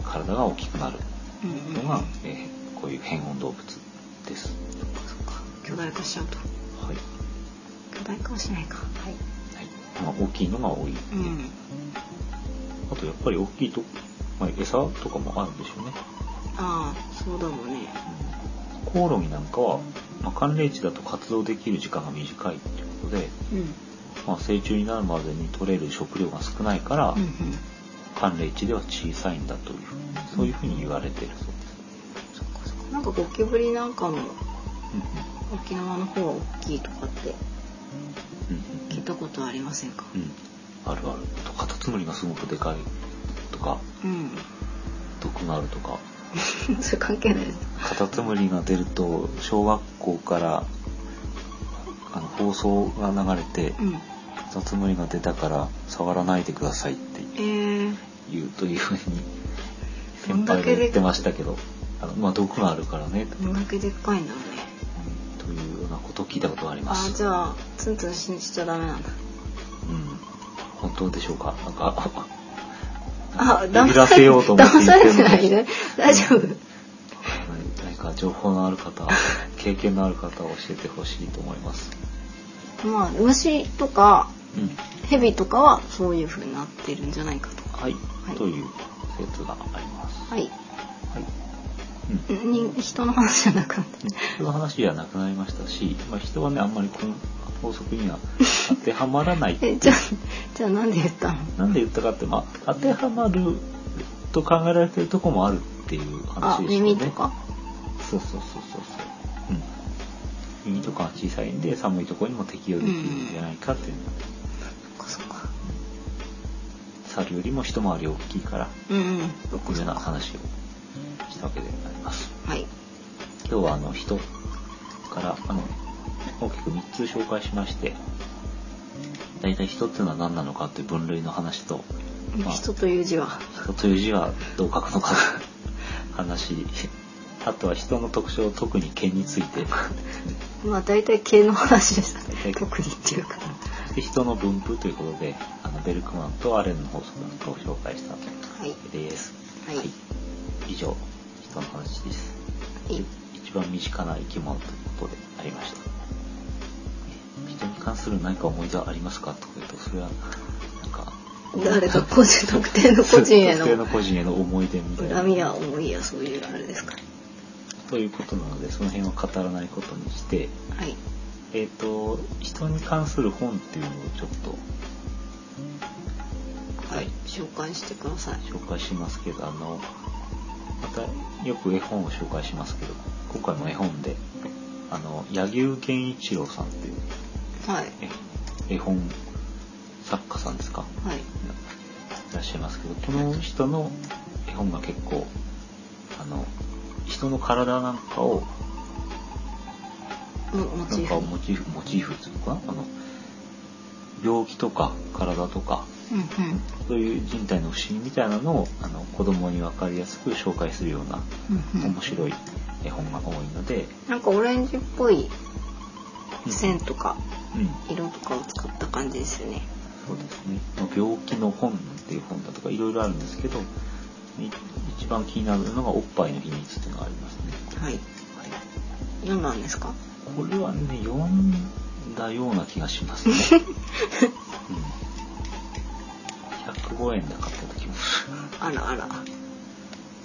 A: 体が大きくなる。
B: うんう
A: の
B: ん
A: が、えーこういう変温動物です。
B: 巨大化しちゃうと
A: はい。
B: 巨大化はしないかはい
A: はい。まあ、大きいのが多い。
B: うん
A: あと、やっぱり大きいと、まあ、餌とかもあるんでしょうね。
B: ああそうだもんね
A: うん、コオロギなんかは、まあ、寒冷地だと活動できる時間が短いっていうことで、
B: うん
A: まあ、成虫になるまでに取れる食料が少ないから、
B: うんうん
A: 寒冷地では小さいんだというふうに、そういうふうに言われてるそうです。
B: そっかそっかなんかゴキブリなんかも
A: うんうん
B: 沖縄の方は大きいとかって
A: うん
B: 聞いたことありませんか
A: うんうんあるある。あとカタツムリがすごくでかいとか、
B: うん
A: 毒があるとか。
B: それ関係ないです
A: カタツムリが出ると小学校からあの放送が流れて
B: うん
A: カタツムリが出たから触らないでくださいって
B: えー、
A: 言うというふうに
B: ど
A: 先
B: んだ
A: 輩
B: け
A: が言ってましたけどあの、まあ、毒があるからね、
B: どんだけでっかいんだろう
A: うん
B: ね
A: というようなことを聞いたことがありま
B: ああ
A: す。
B: じゃあツンツン信じちゃダメなんだ
A: うん、本当でしょうかなんか
B: あ
A: なんかビビらせようと思って
B: 騙されて
A: 言
B: な
A: っ
B: い
A: てるの
B: ね大丈夫
A: 何か情報のある 方経験のある方は教えてほしいと思います。
B: まあ虫とか
A: うん
B: 蛇とかはそういう風になってるんじゃないかと
A: はい、
B: はい
A: という説があります。
B: はい
A: はい。うん。
B: に人の話じゃなくなった。
A: 人の話じゃなくなりましたし、まあ、人はね、あんまりこの法則には当てはまらない
B: えじゃあじゃあなんで言ったの
A: なんで言ったかって、まあ、当てはまると考えられてるとこもあるっていう
B: あ
A: 話でしたね。
B: 耳とか
A: そうそうそうそうそう。うん。耳とかは小さいんで、寒いところにも適用できるんじゃないかっていうのが、
B: そっかそっか
A: 猿よりも一回り大きいから、
B: うんうん
A: というような話をしたわけであります。
B: はい
A: 今日はあの人からあの大きく3つ紹介しまして大体人っていうのは何なのかっていう分類の話とまあ
B: 人という字は
A: 人という字はどう書くのかという 話あとは人の特徴特に毛について
B: まあ大体系の話でした
A: 大体
B: ね特にっていうか
A: そして人の分布ということであのベルクマンとアレンの法則なんかを紹介したわ
B: はい
A: けです、
B: はい
A: 以上人の話です
B: はい
A: 一一番身近な生き物ということでありました。え人に関する何か思い出はありますかとか言うと、それは、なんか、
B: 誰か個人特定の個人への
A: 特定の個人への思い出みたいな
B: 恨みや思いやそういうあれですかね
A: ということなのでその辺は語らないことにして
B: はい
A: えっ、と人に関する本っていうのをちょっとはい
B: 紹介してください
A: 紹介しますけどあのまたよく絵本を紹介しますけど今回も絵本であの柳生源一郎さんっていう
B: はい
A: え絵本作家さんですか
B: はい
A: いらっしゃいますけどこの人の絵本が結構あの人の体なんかを
B: もモ
A: な
B: チ
A: んか
B: ー
A: を
B: フ
A: モチーフモチーフっていうのかなあの病気とか体とか
B: うんうん
A: そういう人体の不思議みたいなのをあの子供に分かりやすく紹介するような
B: うんうん
A: 面白い絵本が多いので、
B: なんかオレンジっぽい
A: うん
B: 線とか
A: うん
B: 色とかを使った感じですよね
A: そうですね、まあ病気の本っていう本だとかいろいろあるんですけどい一番気になるのがおっぱいの秘密っていうのがありますね。
B: はい
A: はい
B: 何なんですか
A: これはね読んだような気がしますね、うん、105円で買った時も
B: あらあら
A: あ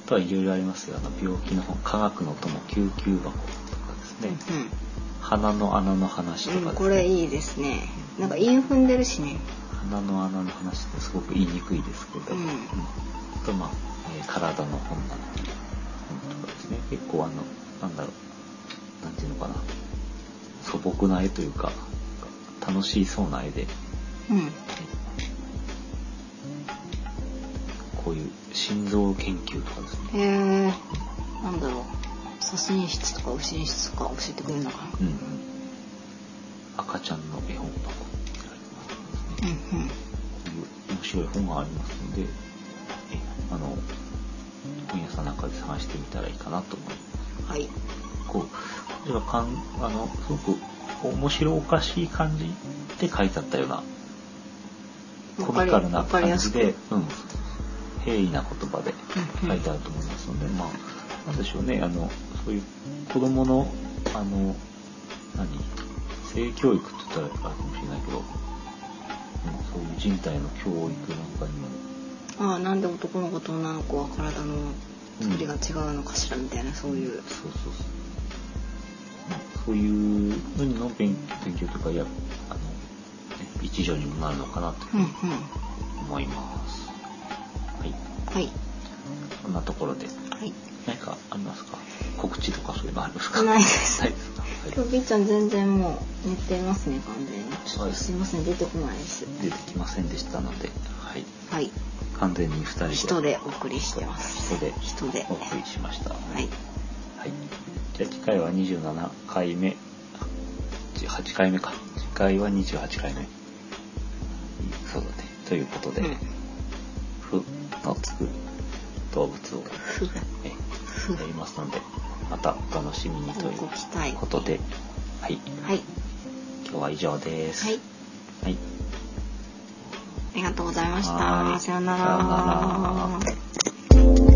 A: とはいろいろありますよあの病気の本「科学の友救急箱」とかです
B: う
A: ね
B: ん
A: 「鼻の穴の話」とかです
B: うん、
A: ね、
B: うん、これいいですねなんか韻踏んでるしね
A: 鼻の穴の話ってすごく言いにくいですけど、
B: うん
A: あとまあ、えー体の本なの本とかですね結構あのなんだろうなんていうのかな素朴な絵というか楽しそうな絵で
B: うん
A: こういう心臓研究とかですね。
B: へえなんだろう左心室とか右心室とか教えてくれるのかな
A: うんうん。赤ちゃんの絵本箱って書いてます
B: う
A: ね。
B: ん
A: こういう面白い本がありますので、えあの、本屋さんなんかで探してみたらいいかなと思います。
B: うんはい
A: こう、これはかん、あの、すごく面白おかしい感じで書いてあったような、コ
B: わか
A: ミ
B: り
A: カルな
B: わかり
A: 感
B: や
A: じ
B: すく
A: で、うん。平易な言葉で
B: うん
A: 書いてあると思いますので、まあ、なんでしょうね、あの、そういう子供の、あの、何、性教育って言ったらあるかもしれないけど、うんそういう人体の教育なんかにも、
B: ああなんで男の子と女の子は体の作りが違うのかしらみたいなそういう
A: そうそうそう。そういうのにの勉勉強とか、いや、あの、ね一助にもなるのかなと
B: うんうん
A: 思います。はい。
B: はい
A: そんなところで、
B: はい
A: 何かありますか告知とかそういうのありますか
B: ないです
A: ないですかはい
B: 今日 B ちゃん全然もう寝てますね完全にちょ
A: は
B: っ
A: い
B: とすいません出てこないです
A: 出てきませんでしたので、はい、
B: はい
A: 完全に2人で
B: 人でお送りしてます
A: 人で
B: 人で
A: お送りしました、は
B: はい
A: いじゃあ次回は27回目8回目か次回は28回目そうだねということで
B: うん
A: 「ふ、のつく動物を
B: ふ
A: え
B: ふ
A: やりますのでまたお楽しみにという
B: ご期待
A: こ
B: は
A: とではい
B: い
A: 今日は以上です
B: はい
A: はい
B: ありがとうございまし
A: は
B: た
A: い
B: さような
A: さような
B: ら
A: ら